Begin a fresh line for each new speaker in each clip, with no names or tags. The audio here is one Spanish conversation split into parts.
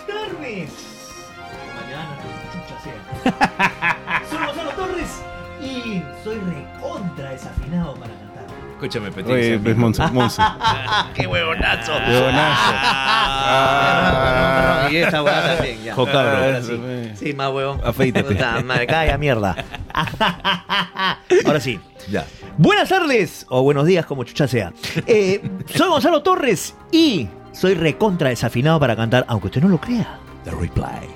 Torres. Mañana, chucha sea. Soy Gonzalo Torres y soy recontra desafinado para cantar.
Escúchame, Petit.
Oye, pues Monse, Monse.
¡Qué huevonazo!
Ah,
y esta huevada también, ya.
Jocabro.
Ahora sí. oh, Sí, más huevón.
Afeítate.
Puta madre, calla mierda. Ahora sí.
Ya.
Buenas tardes, o buenos días, como chucha sea. Eh, soy Gonzalo Torres y soy recontra desafinado para cantar, aunque usted no lo crea. The Reply.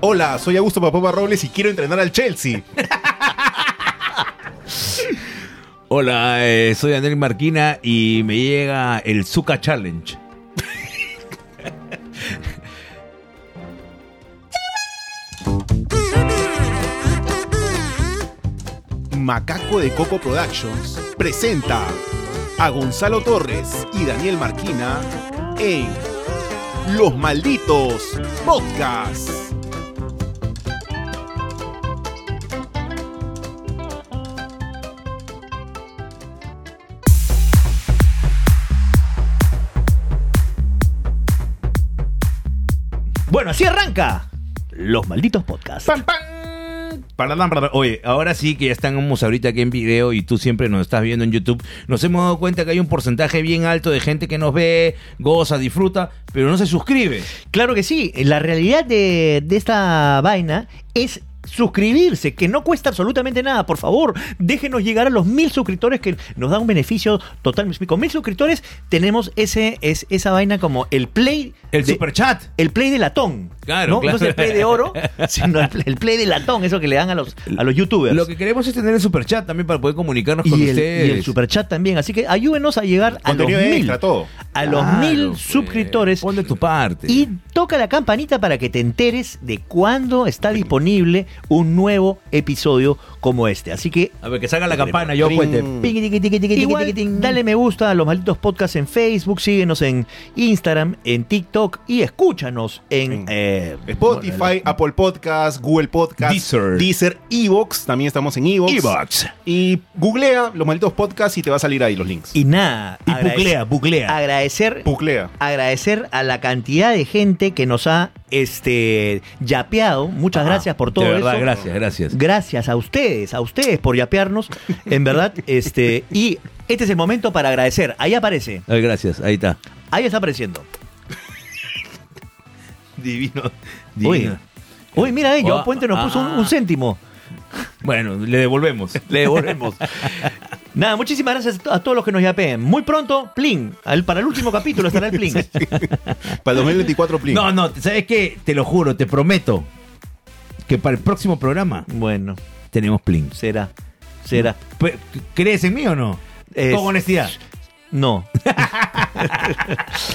Hola, soy Augusto Papopa Robles y quiero entrenar al Chelsea.
Hola, eh, soy Daniel Marquina y me llega el Zuka Challenge.
Macaco de Coco Productions presenta a Gonzalo Torres y Daniel Marquina en Los Malditos Podcast.
Bueno, así arranca. Los malditos podcasts.
¡Pam, pam!
Paradam, paradam. Oye, ahora sí que ya estamos ahorita aquí en video y tú siempre nos estás viendo en YouTube. Nos hemos dado cuenta que hay un porcentaje bien alto de gente que nos ve, goza, disfruta, pero no se suscribe.
Claro que sí. eh, La realidad de, de esta vaina es suscribirse, que no cuesta absolutamente nada. Por favor, déjenos llegar a los mil suscriptores que nos da un beneficio total. Con mil suscriptores tenemos ese, es, esa vaina como el play.
El
de-
superchat.
El play de latón.
Claro,
¿no?
claro.
No es el play de oro, sino el play, el play de latón, eso que le dan a los, a los youtubers.
Lo que queremos es tener el superchat también para poder comunicarnos con
Pues. y, el,
ustedes.
y el superchat también. Así que ayúdenos a llegar a los
Contenido
mil.
extra, todo.
A los
Claro,
mil
pues.
suscriptores.
Pon de tu parte.
Y toca la campanita para que te enteres de cuándo está disponible un nuevo episodio como este. Así que
A ver, que salga la campana, yo pues,
Trin.
cuente.
pingui, tiqui, tiqui, tiqui, tiqui, tiqui,
mm.
tiqui, dale me gusta a los malditos podcasts en Facebook, síguenos en Instagram, en TikTok y escúchanos en
Mm.
eh,
Spotify, Apple Podcast, Google Podcast,
Deezer.
Deezer, Evox, también estamos en Evox.
E-box.
Y googlea Los Malditos Podcasts y te va a salir ahí los links.
y nada.
Y
agradec-
buclea, buclea.
Agradecer
Puclea.
agradecer a la cantidad de gente que nos ha este yapeado. Muchas gracias por todo
de verdad,
eso.
gracias, gracias.
Gracias a ustedes, a ustedes por yapearnos, en verdad, este, y este es el momento para agradecer. Ahí aparece,
Ay, gracias, ahí está.
ahí está apareciendo.
Divino.
Uy,
divino.
uy, mira, eh, Joao Puente nos puso un, un céntimo.
Bueno, le devolvemos.
Le devolvemos. Nada, muchísimas gracias a todos los que nos yapeen. Muy pronto, Plin. al- para el último capítulo estará el Plin.
Para el 2024, Plin.
No, no, ¿sabes qué? Te lo juro, te prometo que para el próximo programa
Bueno,
tenemos plin.
será. Será.
Pe- ¿Crees en mí o no?
Es-
Con honestidad.
No.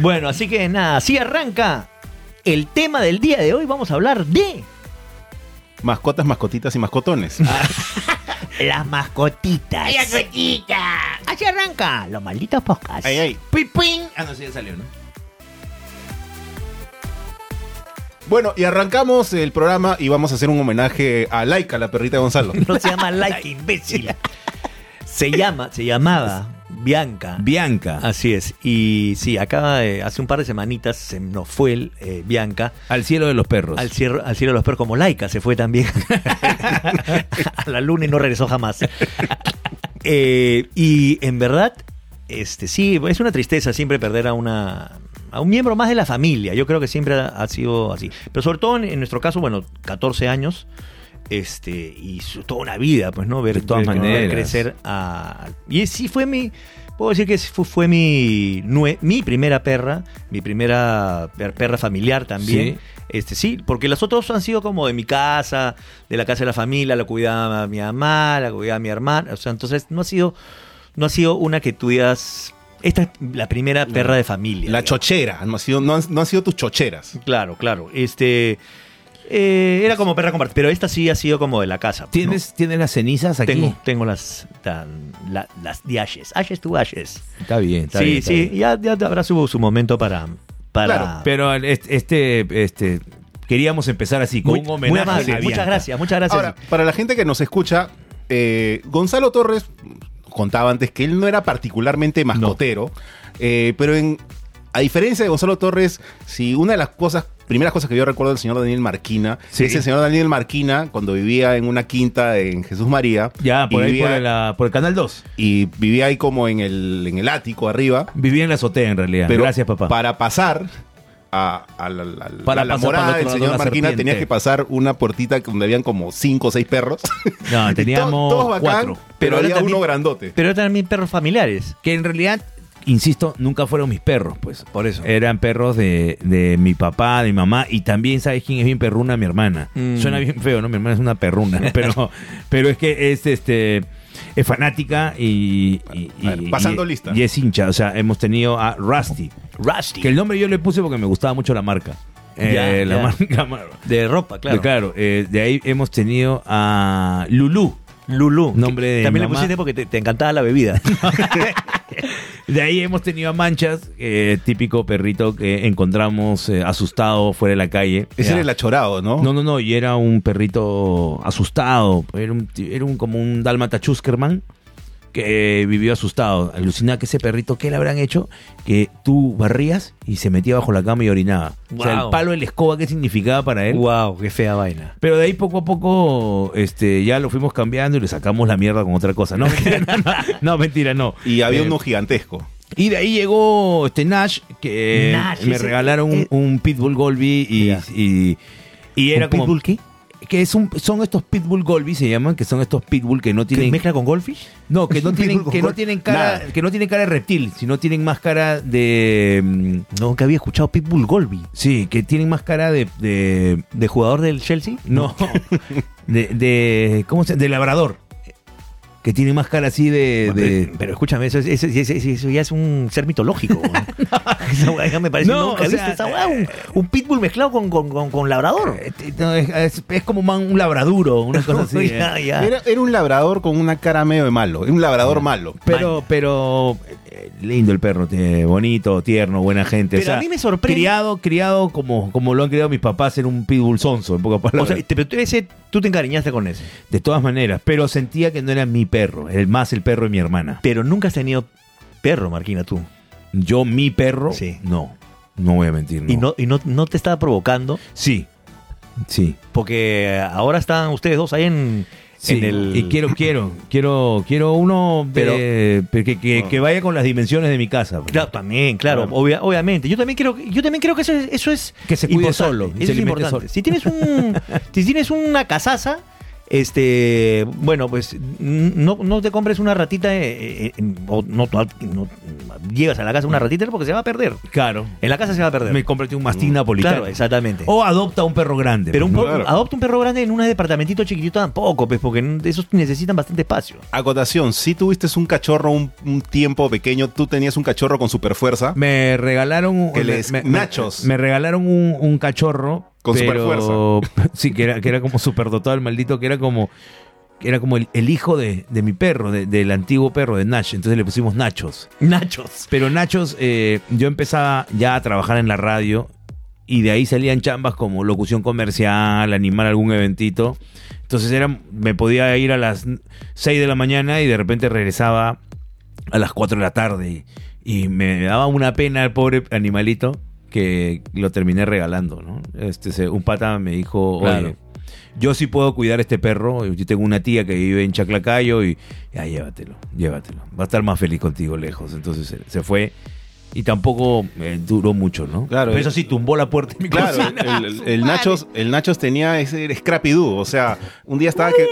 bueno, así que nada, así arranca el tema del día de hoy. Vamos a hablar de
Mascotas, mascotitas y mascotones.
las mascotitas. ¡Las mascotitas! Así arranca los malditos podcasts.
Ay, ay.
Pin, pin. Ah, no, sí, ya salió, ¿no?
Bueno, y arrancamos el programa y vamos a hacer un homenaje a Laika, la perrita de Gonzalo.
No se llama like, imbécil. Se llama, se llamaba Bianca.
Bianca.
Así es. Y sí, acaba de, hace un par de semanitas se nos fue el, eh, Bianca.
Al cielo de los perros.
Al cielo, al cielo de los perros, como laica se fue también a la luna y no regresó jamás. Eh, y en verdad, este sí, es una tristeza siempre perder a una a un miembro más de la familia. Yo creo que siempre ha, ha sido así. Pero sobre todo en, en nuestro caso, bueno, 14 años. Este, y su- toda una vida, pues, ¿no? Ver,
De todas
ver- ver
maneras.
crecer a. Y sí fue mi. Puedo decir que fue, fue mi, nue- mi primera perra, mi primera per- perra familiar también.
Sí.
Este, sí, porque las otras han sido como de mi casa, de la casa de la familia, la cuidaba mi mamá, la cuidaba mi hermana. O sea, entonces no ha sido, no ha sido una que tú digas. Esta es la primera perra de familia.
La
digamos.
chochera. No han sido, no han, no han sido tus chocheras.
Claro, claro. Este. eh, era como perra compartida. Pero esta sí ha sido como de la casa. ¿no?
¿Tienes, ¿Tienes las cenizas aquí?
Tengo, tengo las, tan- la- las de Ashes. Ashes to Ashes.
Está bien, está
sí,
bien. está
sí, Ah.
bien.
Ya, ya habrá su, su momento para. para
Claro,
Pero al- est- este, este, queríamos empezar así, con
muy,
un
muy
homenaje.
amable.
a Bianca.
Muchas gracias, muchas gracias.
Ahora, para la gente que nos escucha, eh, Gonzalo Torres contaba antes que él no era particularmente mascotero, eh, pero en a diferencia de Gonzalo Torres, si una de las cosas, primeras cosas que yo recuerdo del señor Daniel Marquina,
Sí.
es el señor Daniel Marquina cuando vivía en una quinta en Jesús María.
Ya, por
y
ahí,
vivía,
por, la- por el Canal 2.
y vivía ahí como en el, en el ático arriba.
Vivía en la azotea, en realidad.
Pero
Gracias, papá.
Para pasar a, a la, la- la-
Para
la
pasar para
morada
el
del
otro lado de
señor
la
Marquina
serpiente.
tenías que pasar una puertita donde habían como cinco o seis perros.
No, teníamos
todos bacán,
cuatro.
pero
Pero ahora
había
también-
uno grandote.
Pero eran mis perros familiares.
Que en realidad, insisto, nunca fueron mis perros, pues.
Por eso.
Eran perros de, de mi papá, de mi mamá, y también sabes quién es bien perruna, mi hermana.
Mm.
Suena bien feo, ¿no? Mi hermana es una perruna, ¿no? pero, pero es que es este. Es fanática y, y-
A ver,
y-
pasando
y-
lista.
Y es hincha. O sea, hemos tenido a Rusty.
Rusty.
Que el nombre yo le puse porque me gustaba mucho la marca.
Ya,
Eh, la
ya.
marca. mar-
de ropa, claro.
Claro, eh, de ahí hemos tenido a Lulú.
Lulú.
Nombre de
También
mamá.
le pusiste porque te, te encantaba la bebida.
De ahí hemos tenido a Manchas, eh, típico perrito que encontramos eh, asustado fuera de la calle.
Ese
Ya.
era el achorado, ¿no?
No, no, no, y era un perrito asustado. Era, un, ti- era un- como un dálmata Chuskerman que vivió asustado. Alucinaba que ese perrito, ¿qué le habrán hecho? Que tú barrías y se metía bajo la cama y orinaba. O sea, el
Wow.
palo de la escoba, ¿qué significaba para él?
wow, qué fea vaina.
Pero de ahí poco a poco este, ya lo fuimos cambiando y le sacamos la mierda con otra cosa. No, mentira, no, no, no, mentira, no.
Y había
Eh,
uno gigantesco.
y de ahí llegó este Nash, que
Nash,
me
ese-
regalaron un,
eh.
un Pitbull Golby y,
Ya.
y, y era
¿Un
como...
pitbull qué?
Que es un, son estos Pitbull Golby, se llaman, que son estos Pitbull que no
¿Que
tienen...
¿Mezcla con Goldfish?
no, que no
un
tienen,
pitbull
que
con
no
gol-
tienen cara,
nada.
que no tienen cara de reptil, sino tienen más cara de... mm,
Nunca había escuchado Pitbull Golby.
Sí, que tienen más cara de... de-
¿De jugador del Chelsea?
no, de, de... ¿Cómo se De labrador. Que tienen más cara así de... Eh, de-
pero, pero escúchame, eso, es- eso- eso- eso- eso ya es un ser mitológico. ¿no? Esa hueá ya me parece
No,
nunca
o
viste
sea,
esa hueá, un, un pitbull mezclado con, con, con- con labrador.
Eh, t- no, es, es- es como man- un labraduro, una cosa así. eh.
Ya, ya.
Era, era un labrador con una cara medio de malo. Era un labrador malo.
Pero, pero eh, lindo el perro, tiene- bonito, tierno, buena gente.
Pero
o sea,
a mí me sorprende.
Criado, criado como, como lo han criado mis papás, era un pitbull sonso, en pocas
O
palabras.
sea, te- pero tú, ese, tú te encariñaste con ese.
de todas maneras, pero sentía que no era mi perro, el más el perro de mi hermana.
Pero nunca has tenido perro, Marquina, tú.
Yo, mi perro,
Sí.
no, no voy a mentir. No.
Y, no, y no, no te estaba provocando,
Sí, sí.
porque ahora están ustedes dos ahí en,
sí.
en el...
Y quiero, quiero, quiero, quiero uno de- que, que- que vaya con las dimensiones de mi casa. pues.
Claro, también, claro,
Claro.
obvia- obviamente. Yo también creo, yo también creo que eso es, eso es
Que se cuide
importante.
solo y
Eso
se
es
alimente
importante.
solo.
Si tienes un, si tienes una casaza, este, bueno, pues n- no, no te compres una ratita eh, eh, en- o no, no- llevas a la casa una ratita porque se va a perder.
Claro.
En la casa se va a perder.
Me compré un mastín napolitano.
claro, exactamente.
O adopta un perro grande.
pero un
pues,
po-
¿no?
Claro.
adopta un perro grande en un departamentito chiquitito tampoco, pues, porque n- esos necesitan bastante espacio.
Acotación, si tuviste un cachorro un, un tiempo pequeño, tú tenías un cachorro con super fuerza.
Me regalaron un-
Que
me-
les-
me,
nachos.
Me, regalaron un, un cachorro
Con
pero, Sí, que era, que era como superdotado el maldito, que era como que era como el, el hijo de, de mi perro, de- del antiguo perro de Nash. Entonces le pusimos Nachos.
Nachos.
Pero Nachos, eh, yo empezaba ya a trabajar en la radio y de ahí salían chambas como locución comercial, animar algún eventito. Entonces era, me podía ir a las 6 de la mañana y de repente regresaba a las 4 de la tarde. Y me daba una pena al pobre animalito que lo terminé regalando, ¿no? Este, se- un pata me dijo,
Claro.
oye, yo sí puedo cuidar este perro. Yo tengo una tía que vive en Chaclacayo y ya llévatelo, llévatelo. Va a estar más feliz contigo lejos. Entonces se, se fue y tampoco eh, duró mucho, ¿no?
Claro.
Pero eso sí, tumbó la puerta de mi
Claro,
cocina.
el, el- el Nachos, el Nachos tenía ese Scrappy Doo, o sea, un día estaba que...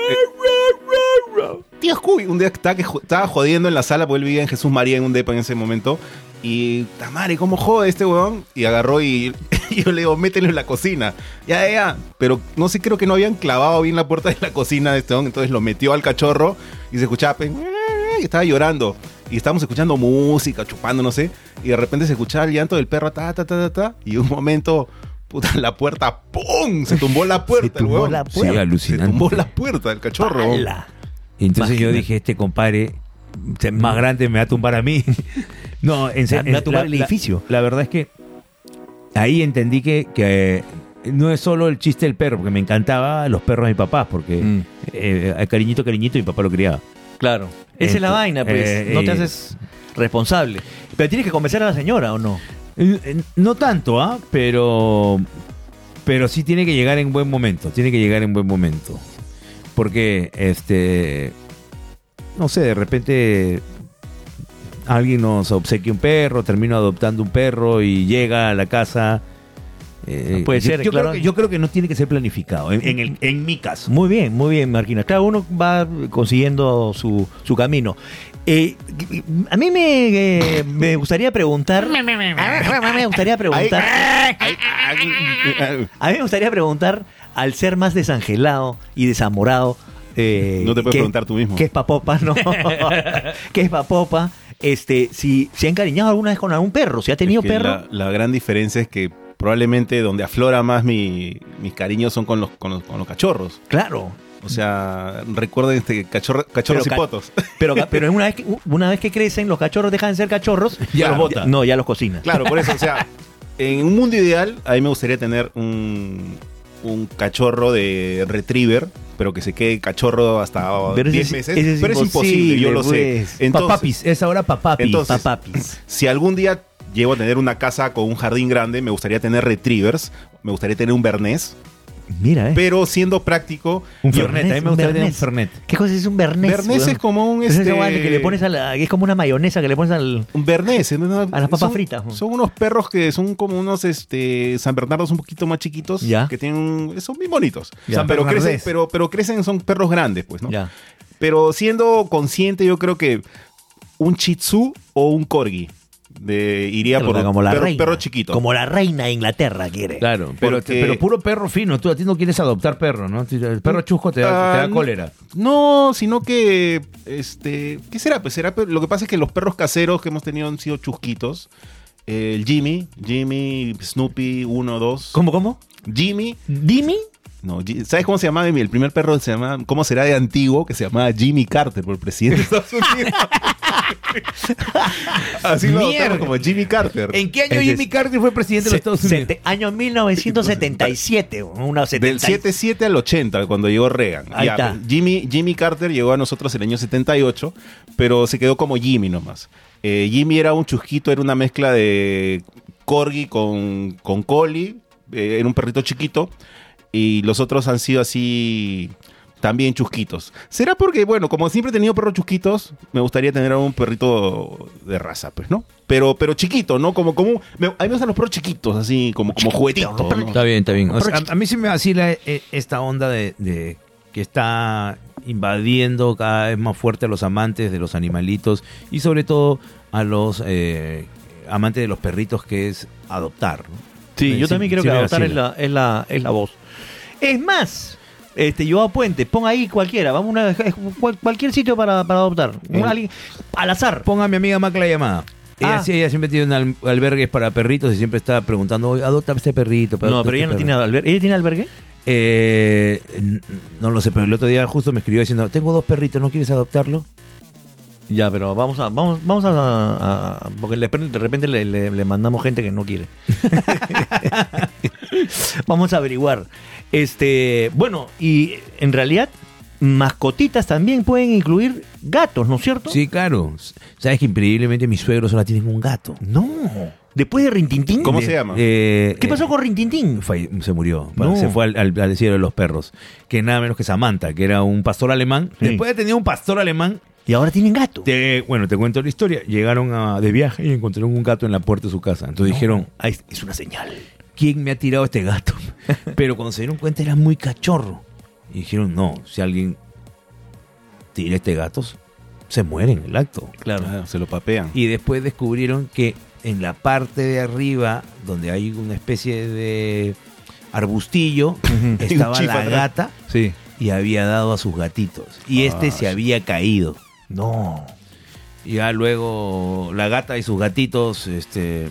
eh, tío Scooby, un día estaba, que, jo- estaba jodiendo en la sala porque él vivía en Jesús María en un depa en ese momento. Y, tamare, ¿cómo jode este huevón? Y agarró y, y yo le digo, mételo en la cocina. Ya, ya, pero no sé, creo que no habían clavado bien la puerta de la cocina de este huevón, entonces lo metió al cachorro y se escuchaba... pe- y estaba llorando. Y estábamos escuchando música, chupando, no sé. Y de repente se escuchaba el llanto del perro, ta, ta, ta, ta, ta. Y un momento, puta, la puerta, ¡pum! Se tumbó la puerta, el
tumbó
huevón.
la
Sí, alucinante.
Se tumbó la puerta del cachorro.
Ala.
Oh. Y entonces yo
Imagínate.
dije, este compadre te- más grande me va a tumbar a mí. No, en
Me va-
serio.
me va a tumbar el edificio.
La, verdad es que ahí entendí que, que eh, no es solo el chiste del perro, porque me encantaba los perros de mi papá, porque
Mm.
eh, a cariñito, cariñito, mi papá lo criaba.
Claro. Esa es la
Esto-
vaina, pues.
eh,
no te
eh.
haces responsable. Pero tienes que convencer a la señora, ¿o no?
Eh, eh, No tanto, ¿ah? Pero. Pero sí tiene que llegar en buen momento. Tiene que llegar en buen momento. Porque, este. No sé, de repente. Alguien nos obsequia un perro, termino adoptando un perro y llega a la casa. eh,
No puede
yo-
ser,
yo,
claro.
creo que, yo creo que no tiene que ser planificado, en, en el- en mi caso.
Muy bien, muy bien, Marquina. Claro, uno va consiguiendo su, su camino. Eh, a mí me, eh, me gustaría preguntar. A mí me gustaría preguntar. A mí me gustaría preguntar al ser más desangelado y desamorado. eh,
No te puedes
que-
preguntar tú mismo.
¿Qué es papopa? No. ¿Qué es papopa? Este, si se ha encariñado alguna vez con algún perro, si ha tenido
Es que
perro.
La, la gran diferencia es que probablemente donde aflora más mi- mis cariños son con los, con los, con los cachorros.
Claro.
O sea, recuerden este cachorro-
Pero
cachorros
ca-
y potos.
Pero, pero una, vez que, una vez que crecen, los cachorros dejan de ser cachorros.
Ya los bota.
No, ya los cocina.
Claro, por eso, o sea, en un mundo ideal, a mí me gustaría tener un, un cachorro de retriever, pero que se quede cachorro hasta
Pero
10
ese pues es-
meses.
ese es
pero es imposible, yo lo sé.
pues.
Entonces,
papapis, es ahora papapis.
Entonces-
Papapis.
si algún día llego a tener una casa con un jardín grande, me gustaría tener retrievers, me gustaría tener un bernés,
Mira, ¿eh?
pero siendo práctico,
un
Yo-
fernet, a mí me
un
gustaría tener un
Bernés.
fernet.
¿Qué cosa es un bernés?
bernés
weón?
es como un
Es esa
este,
vaina que le pones a la, es como una mayonesa que le pones al
un bernés, ¿no? No,
A las papas
son-
fritas, ¿no?
Son unos perros que son como unos este San Bernardos un poquito más chiquitos,
Ya.
que tienen un- eh, son bien bonitos.
Ya. San
Pero
Bernardés.
crecen, pero, pero crecen, son perros grandes, pues, ¿no?
ya.
Pero siendo consciente, yo creo que un Shih Tzu o un Corgi de- iría por
Este como la
perro,
reina.
perro chiquito.
Como la reina de Inglaterra quiere.
Claro, pero,
Porque-
pero puro perro fino. Tú a ti no quieres adoptar perro, ¿no? El perro chusco te da,
Ah,
te da
no.
cólera.
No, sino que este, ¿qué será? Pues será lo que pasa es que los perros caseros que hemos tenido han sido chusquitos. El Jimmy, Jimmy, Snoopy, uno, dos.
¿Cómo, cómo?
Jimmy,
¿Dimi?
No, Ji- ¿sabes cómo se llamaba Jimmy? El primer perro se llamaba, ¿cómo será de antiguo? Que se llamaba Jimmy Carter por el presidente de Estados Unidos. Así lo
Mierda.
adoptaron como Jimmy Carter.
¿En qué año
Es
Jimmy Carter fue presidente de los Estados Unidos?
Sete- año 1977. Una
Del
77.
77 al 80, cuando llegó Reagan.
Ahí
Ya,
está.
Jimmy, Jimmy Carter llegó a nosotros el año 78, pero se quedó como Jimmy nomás. Eh, Jimmy era un chusquito, era una mezcla de corgi con, con collie, eh, era un perrito chiquito, y los otros han sido así también chusquitos. ¿Será porque, bueno, como siempre he tenido perros chusquitos, me gustaría tener a un perrito de raza, pues, ¿no? Pero, pero chiquito, ¿no? Como, como, me- a mí me gustan los perros chiquitos, así, como, como juguetitos, ¿no?
Está bien, está bien. O
Pero
sea,
chiqui-
a, a mí sí me vacila eh, esta onda de, de que está invadiendo cada vez más fuerte a los amantes de los animalitos y sobre todo a los eh, amantes de los perritos que es adoptar. ¿no?
Sí, yo también creo
sí
que
me
adoptar es
vacila.
la, es, la, es la voz. Es más, este Joao Puente, pon ahí cualquiera, vamos a una, es cual- cualquier sitio para, para adoptar. Un
Eh.
alguien- al azar.
Ponga a mi amiga Mac la llamada. Ella,
Ah.
sí, ella siempre tiene un al- albergues para perritos y siempre está preguntando, "Oye, adopta este perrito.
No,
adopta
pero
este
ella no
perro".
tiene albergue. ¿Ella tiene albergue?
Eh, n- no lo sé, pero el otro día justo me escribió diciendo, tengo dos perritos, ¿no quieres adoptarlo?
Ya, pero vamos a, vamos, vamos a, a- a- porque de repente, de repente le, le- le mandamos gente que no quiere. vamos a averiguar. Este, bueno, y en realidad, mascotitas también pueden incluir gatos, ¿no es cierto?
Sí, claro. S- Sabes que increíblemente mis suegros ahora tienen un gato.
No. Después de Rintintín.
¿Cómo
de-
se llama?
Eh,
¿Qué pasó
eh,
con Rintintín?
falle- se murió,
No.
se fue al, al- al cielo de los perros. Que nada menos que Samantha, que era un pastor alemán.
Sí.
Después de tener un pastor alemán,
Y ahora tienen gato.
te- bueno, te cuento la historia. Llegaron a- de viaje y encontraron un gato en la puerta de su casa. Entonces dijeron,
Ah, es, es una señal.
¿quién me ha tirado este gato? Pero cuando se dieron cuenta era muy cachorro. Y dijeron, no, si alguien tira este gato, se muere en el acto.
Claro, Ah, se lo papean.
Y después descubrieron que en la parte de arriba, donde hay una especie de arbustillo, estaba
chifa
la
atrás.
gata
Sí.
y había dado a sus gatitos. Y este se había caído.
No.
Y ya luego la gata y sus gatitos, este,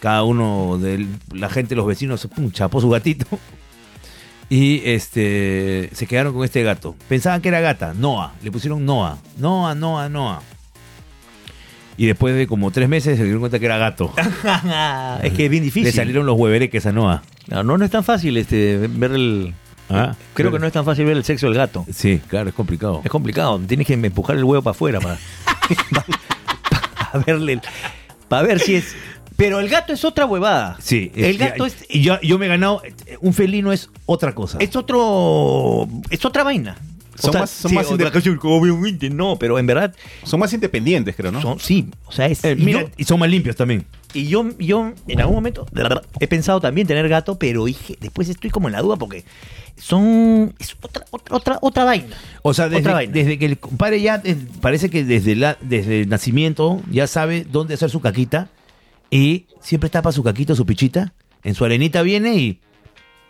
cada uno de la gente, los vecinos, pum, chapó su gatito. Y este se quedaron con este gato. Pensaban que era gata, Noah. Le pusieron Noah. Noah, Noah, Noah. Y después de como tres meses se dieron cuenta que era gato.
es que es bien difícil.
Le salieron los huevereques a Noah.
No, no, no es tan fácil este ver el.
Ah,
Creo
pero-
que no es tan fácil ver el sexo del gato.
Sí, claro, es complicado.
Es complicado, tienes que empujar el huevo para afuera para, para, verle, el- para ver si es Pero el gato es otra huevada.
Sí.
El
eh,
gato
y-
es,
y yo, yo me he ganado. eh, Un felino es otra cosa.
es otro. Es otra vaina.
Son más- son más
o de la
indep-
calle, obviamente no, pero en verdad,
Son más independientes, creo, ¿no?
son- sí. O sea, es.
Eh,
y
mira,
yo-
y son más limpios también.
Y yo, yo en algún momento de verdad, he pensado también tener gato, pero dije, después estoy como en la duda porque son es otra otra otra, otra vaina.
O sea,
Otra
desde,
vaina.
desde que el compadre ya eh, parece que desde, la, desde el nacimiento ya sabe dónde hacer su caquita y siempre tapa su caquita, su pichita. En su arenita viene y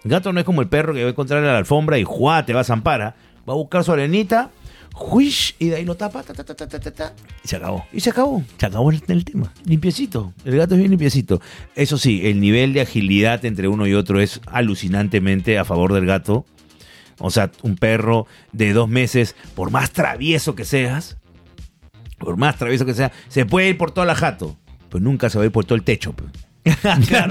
el gato no es como el perro que va a encontrar en la alfombra y ¡juá! te va a zampara. Va a buscar su arenita, ¡juish! y de ahí lo tapa ta, ta, ta, ta, ta, ta, ta,
Y se acabó.
y se acabó.
Se acabó el, el tema.
Limpiecito. El gato es bien limpiecito. Eso sí, el nivel de agilidad entre uno y otro es alucinantemente a favor del gato. O sea, un perro de dos meses, por más travieso que seas, por más travieso que sea, se puede ir por toda la jato. Pues nunca se va a ir por todo el techo. pues.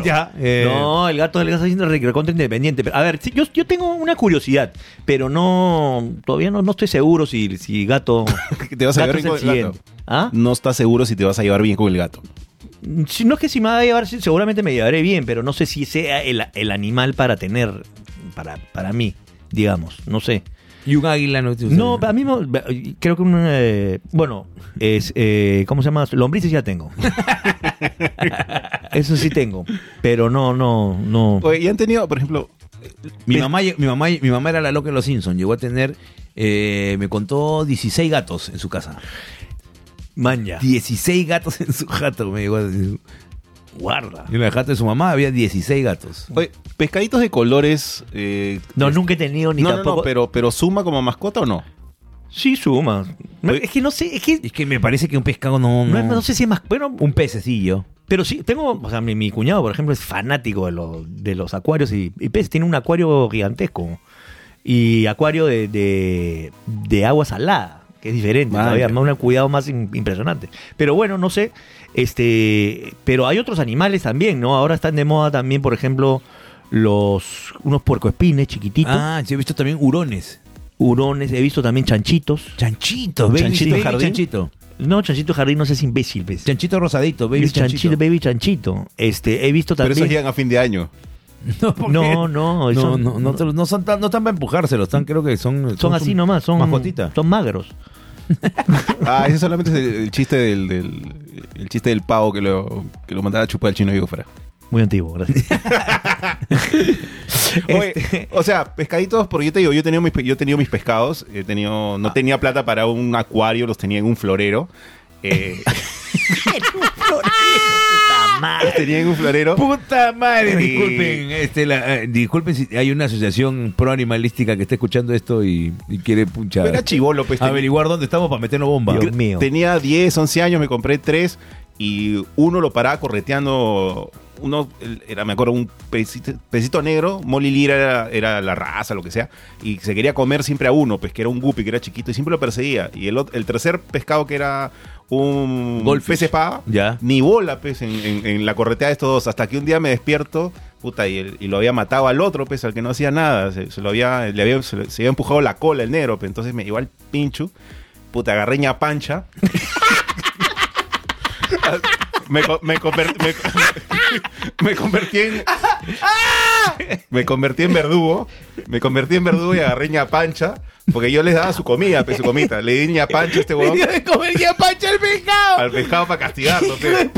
Ya, eh.
No, el gato del gato está haciendo recontra independiente. Pero, a ver, sí, yo, yo tengo una curiosidad, pero no todavía no, no estoy seguro si, si gato,
Te vas a
gato
llevar
es el
bien con el gato.
siguiente. ¿Ah?
No estás seguro si te vas a llevar bien con el gato.
Si no es que si me va a llevar, sí, seguramente me llevaré bien, pero no sé si sea el, el animal para tener, para, para mí, digamos, no sé.
Y un águila no te gusta.
No, a mí no- creo que un... eh, bueno, es, eh, ¿cómo se llama? Lombrices ya tengo. Eso sí tengo, pero no, no, no.
Oye, y han tenido, por ejemplo,
Mi mamá, lle- mi, mamá, mi mamá era la loca de los Simpsons. Llegó a tener, eh, me contó, 16 gatos en su casa.
Manja.
16 gatos en su jato, me llegó a decir.
Guarda.
En la jato de su mamá había 16 gatos.
oye, pescaditos de colores. eh,
No, nunca he tenido ni
no, no,
tampoco...
no, pero, pero suma como mascota o no?
Sí, suma. No, es que no sé, es que...
Es que me parece que un pescado no.
Mm.
No,
no-
no sé si es más... Bueno,
Un pececillo.
pero sí, tengo... O sea, mi, mi cuñado, por ejemplo, es fanático de, los de los acuarios y, y peces. Tiene un acuario gigantesco. Y acuario de, de, de agua salada, que es diferente.
Vaya.
todavía, más un cuidado más im- impresionante. Pero bueno, no sé. este Pero hay otros animales también, ¿no? Ahora están de moda también, por ejemplo, los unos puercoespines chiquititos.
Ah, yo he visto también hurones.
Hurones, he visto también chanchitos.
Chanchitos, baby,
Chanchito
baby
jardín.
chanchito.
No, chanchito de jardín no sé si imbécil, ¿ves?
Chanchito rosadito, baby
Es chanchito,
chanchito.
baby chanchito. Este, he visto
Pero esos
también.
llegan a fin de año.
No, porque-
No, no,
No,
son,
no, no, te lo- no son tan, no están para empujárselos, están, creo que son.
son así nomás, son,
Mascotita.
son magros.
Ah, ese solamente es el, el chiste del, del- el chiste del pavo que lo, que lo mandaba a chupar al chino y fuera.
Muy antiguo, gracias.
Oye,
Este-
O sea, pescaditos, porque yo te digo, yo he tenido mis, pe- yo he tenido mis pescados, he tenido,
Ah.
no tenía plata para un acuario, los tenía en un florero. eh,
Puta madre.
los tenía en un florero.
Puta madre,
Sí.
disculpen, este, la- eh, disculpen si hay una asociación pro animalística que está escuchando esto y, y quiere punchar.
Era chivolo, pues. tenía-
averiguar dónde estamos para meternos bomba.
Dios mío.
Tenía 10, 11 años, me compré tres y uno lo paraba correteando. Uno el- era, me acuerdo, un pecito, pecito negro. Molly Lira era, era la raza, lo que sea. Y se quería comer siempre a uno, pues que era un guppy, que era chiquito, y siempre lo perseguía. Y el, ot- el tercer pescado, que era un
Goldfish.
pez espada,
Ya.
ni bola, pues, en, en- en la corretea de estos dos. Hasta que un día me despierto, puta, y, el- y lo había matado al otro, pues, al que no hacía nada. Se, se lo había, le había, se, le- se había empujado la cola el negro, pues. Entonces me llevó al pincho. Puta, agarré ña pancha. me, co- me, conver- me, me convertí en. Me convertí en verdugo. Me convertí en verdugo y agarré ña pancha. Porque yo les daba su comida, pues, su comita. Le di ña pancha a este huevón
de comer ya pancha el pescado.
al pescado para castigarlo, pe.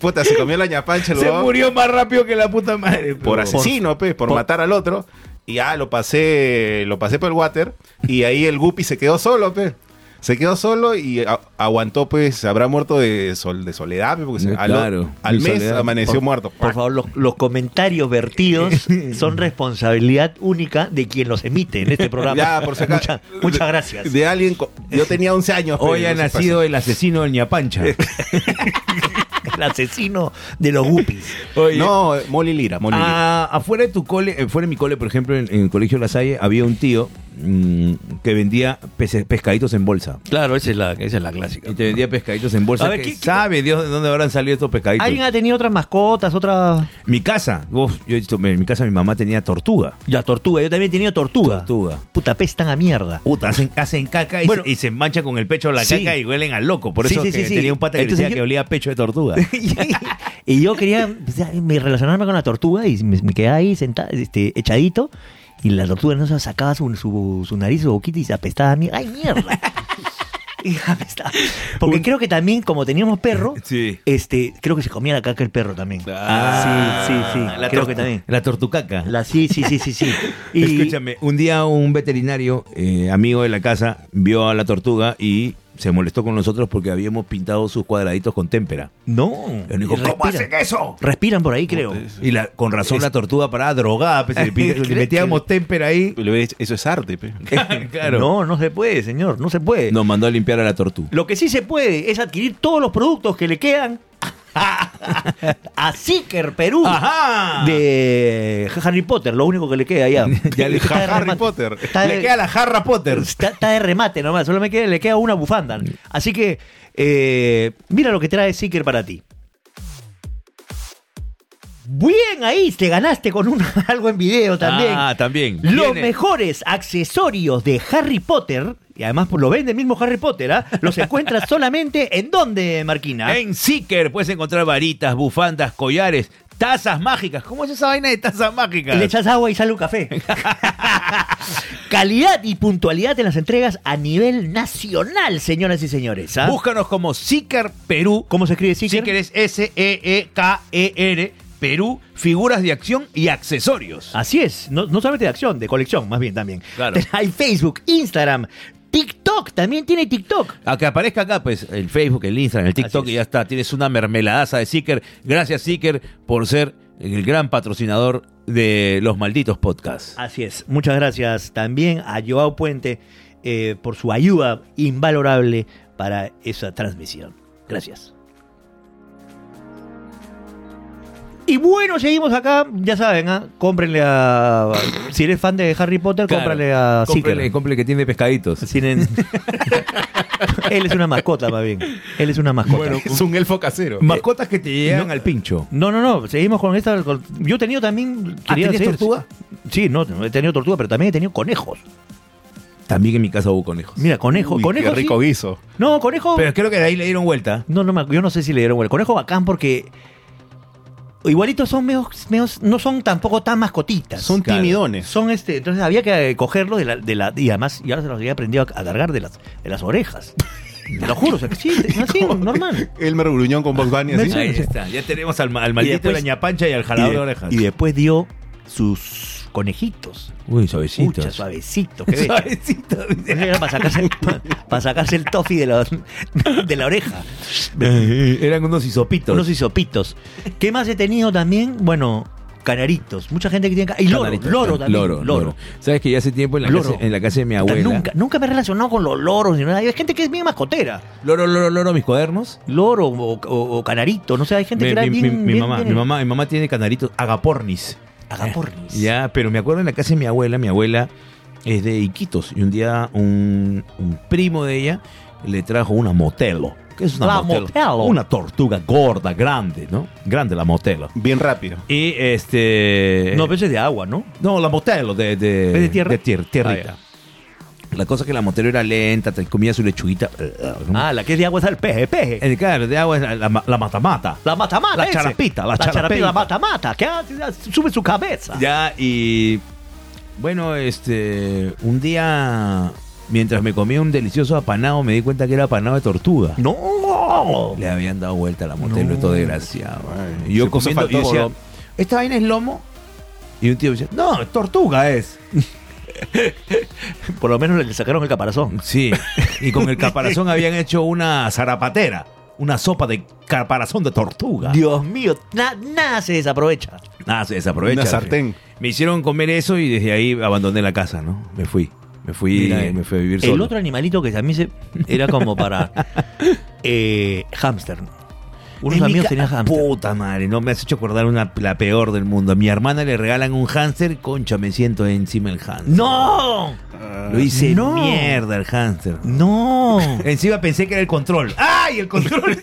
Puta, se comió la ñapancha el huevón
más rápido que la puta madre.
por asesino, pe, por, matar al otro. Y ya lo pasé, lo pasé por el water. Y ahí el guppy se quedó solo, pe. Se quedó solo y a- aguantó, pues, habrá muerto de, sol, de soledad, pe, porque se- al,
Claro,
al
de
mes
soledad.
amaneció muerto.
Por favor, los, los comentarios vertidos son responsabilidad única de quien los emite en este programa.
Ya, por si acaso.
Mucha- muchas gracias.
Ah, De alguien, co- yo tenía 11 años. pe,
Hoy ha
no sé
nacido el asesino del ñapancha.
El asesino de los guppies.
pasa. No, eh, Molly Lira, Molly Lira.
Ah, afuera de tu cole, eh, fuera de mi cole, por ejemplo, en, en el colegio La Salle, había un tío mm, que vendía pese- pescaditos en bolsa.
Claro, esa es la, esa es la clásica.
Y te vendía pescaditos en bolsa.
A ver,
que
¿qué- qué-
sabe Dios de dónde habrán salido estos pescaditos?
¿Alguien ha tenido otras mascotas, otras...?
Mi casa, uf, yo he dicho, en mi casa mi mamá tenía tortuga.
Ya, tortuga. Yo también he tenido tortuga.
Tortuga.
Puta, pestan a mierda.
Puta, hacen, hacen caca y,
Bueno.
se, y se manchan con el pecho la
Sí.
caca y huelen al loco. Por
Sí,
eso
sí,
es que
sí, sí.
tenía un pata que
Entonces
decía
yo-
que olía a pecho de tortuga.
y yo quería o sea, me relacionarme con la tortuga y me, me quedaba ahí sentado, este, echadito. Y la tortuga no se sacaba su, su, su nariz, su boquita y se apestaba a mí. ¡Ay, mierda! Y apestaba. Porque creo que también, como teníamos perro,
Sí.
este, creo que se comía la caca el perro también.
Ah,
sí, sí, sí.
La
creo
tor-
que también.
La tortucaca.
La, sí, sí, sí, sí, sí. Y,
Escúchame, un día un veterinario, eh, amigo de la casa, vio a la tortuga y se molestó con nosotros porque habíamos pintado sus cuadraditos con témpera.
No.
Y dijo,
Y
¿cómo
respiran.
hacen eso?
Respiran por ahí, creo.
Y la- con razón la tortuga paraba drogada, pues, le, pi- le metíamos témpera ahí.
Pero le hubiera dicho, Eso es arte, pe.
claro.
No, no se puede, señor. No se puede.
Nos mandó a limpiar a la tortuga.
Lo que sí se puede es adquirir todos los productos que le quedan a Seeker Perú
¡Ajá!
de Harry Potter, lo único que le queda ya.
Ya le-
Está de
Harry
remate.
Potter.
Está
Le
de,
queda la jarra Potter.
está- está de remate nomás, solo me queda, le queda una bufanda. Así que eh, mira lo que trae Seeker para ti. Bien ahí, te ganaste con un, algo en video también.
Ah, también.
Los
Viene.
mejores accesorios de Harry Potter, y además pues, lo vende el mismo Harry Potter, ¿ah? los encuentras solamente en donde, Marquina.
En Seeker puedes encontrar varitas, bufandas, collares, tazas mágicas. ¿Cómo es esa vaina de tazas mágicas?
Le echas agua y sale un café. Calidad y puntualidad en las entregas a nivel nacional, señoras y señores. ¿ah?
Búscanos como Seeker Perú.
¿Cómo se escribe Seeker?
Seeker es E S-E-E-K-E-R, Perú, figuras de acción y accesorios.
Así es, no, no solamente de acción, de colección, más bien también.
Claro.
Hay Facebook, Instagram, TikTok, también tiene TikTok.
A que aparezca acá, pues, el Facebook, el Instagram, el TikTok
Así es.
y ya está. Tienes una mermeladaza de Seeker. Gracias, Seeker, por ser el gran patrocinador de los malditos podcasts.
Así es. Muchas gracias también a Joao Puente eh, por su ayuda invalorable para esa transmisión. Gracias. Y bueno, seguimos acá. Ya saben, ¿ah? cómprenle a. Si eres fan de Harry Potter,
Claro.
cómprale a
Cómprale,
Seeker.
cómprale que tiene pescaditos.
Tienen- Él es una mascota, más bien. Él es una mascota.
es un elfo casero.
Mascotas que te llegan al pincho.
No, no, no, seguimos con esta. con- Yo he tenido también.
Ah,
quería
¿tenías
decir-
tortuga?
Sí, no, no, he tenido tortuga, pero también he tenido conejos.
También en mi casa hubo conejos.
Mira, conejo.
Uy,
conejo
qué
sí.
rico guiso.
No, conejo.
Pero creo que de ahí le dieron vuelta.
No, no, me- yo no sé si le dieron el conejo bacán porque igualitos son meos, meos- no son tampoco tan mascotitas.
Son
Claro.
timidones.
son este, entonces había que cogerlos de la, de la y además ya se los había aprendido a, a cargar de las de las orejas. Te lo juro, o sea, que sí, así, normal.
Elmer Gruñón con Box Bunny así.
Sí,
Ahí
sí.
está. Ya tenemos al, al
Y
maldito
después-
de la ñapancha y al
Y,
jalador
de-
de orejas.
y después dio sus conejitos.
Uy,
Pucha,
suavecitos.
suavecitos, qué bello.
Suavecitos.
Pues Era para sacarse, para, sacarse el toffee de la, de la oreja.
Eran unos hisopitos.
Eh, Unos hisopitos. ¿Qué más he tenido también? Bueno, canaritos. Mucha gente que tiene. ca- Y loro,
Canaritos.
loro también.
Loro, loro. Sabes que ya hace tiempo en la,
Loro.
casa, en la casa de mi
Puta,
abuela.
Nunca, nunca me he relacionado con los loros ni nada. Hay gente que es bien mascotera.
Loro, loro, loro, mis cuadernos.
Loro o, o- o canarito. No sé, hay gente
Mi,
que era
mi-
bien,
mi- mi
bien-
mamá,
bien-
mi mamá, mi mamá tiene canaritos agapornis.
Agapornis.
Eh, Ya, pero me acuerdo en la casa de mi abuela, mi abuela es de Iquitos y un día un, un primo de ella le trajo una motelo. ¿Qué es una
La
motelo?
motelo.
Una tortuga gorda, grande, ¿no? Grande la motelo.
Bien rápido.
Y este
No, veces de agua, ¿no?
no, la motelo de de,
¿Es de tierra?
tier- tierrita.
Ah,
la cosa es que la motelo era lenta, te comía su lechuguita. ¿no?
Ah, la que es de agua es el peje, peje.
El claro, de agua es la, la- la matamata.
La mata-mata.
Eh. La
ese.
charapita, la charapita.
La mata-mata. Que hace- sube su cabeza.
Ya, y bueno, este, un día, mientras me comía un delicioso apanado, me di cuenta que era apanado de tortuga.
No.
Le habían dado vuelta a la motelo,
No.
esto desgraciado.
Ay,
Y yo
se puso
comiendo, y
faltoso.
decía, ¿esta vaina es lomo? Y un tío me decía, no, es tortuga es.
Por lo menos le sacaron el caparazón.
Sí, y con el caparazón habían hecho una zarapatera, una sopa de caparazón de tortuga.
Dios mío, na- nada se desaprovecha.
Ah, se desaprovecha.
Una sartén.
Me hicieron comer eso y desde ahí abandoné la casa, ¿no? Me fui. Me fui,
Mira,
me fui a vivir
El
solo.
otro animalito que también se, era como para eh, hámster. Unos
En mi
amigos
ca-
tenían hamster.
Puta madre, no me has hecho acordar una, la peor del mundo. A mi hermana le regalan un hámster, concha, me siento encima el hámster.
¡No!
Ah.
Lo hice
No.
mierda el hámster.
¡No!
Encima pensé que era el control. ¡Ay, el control!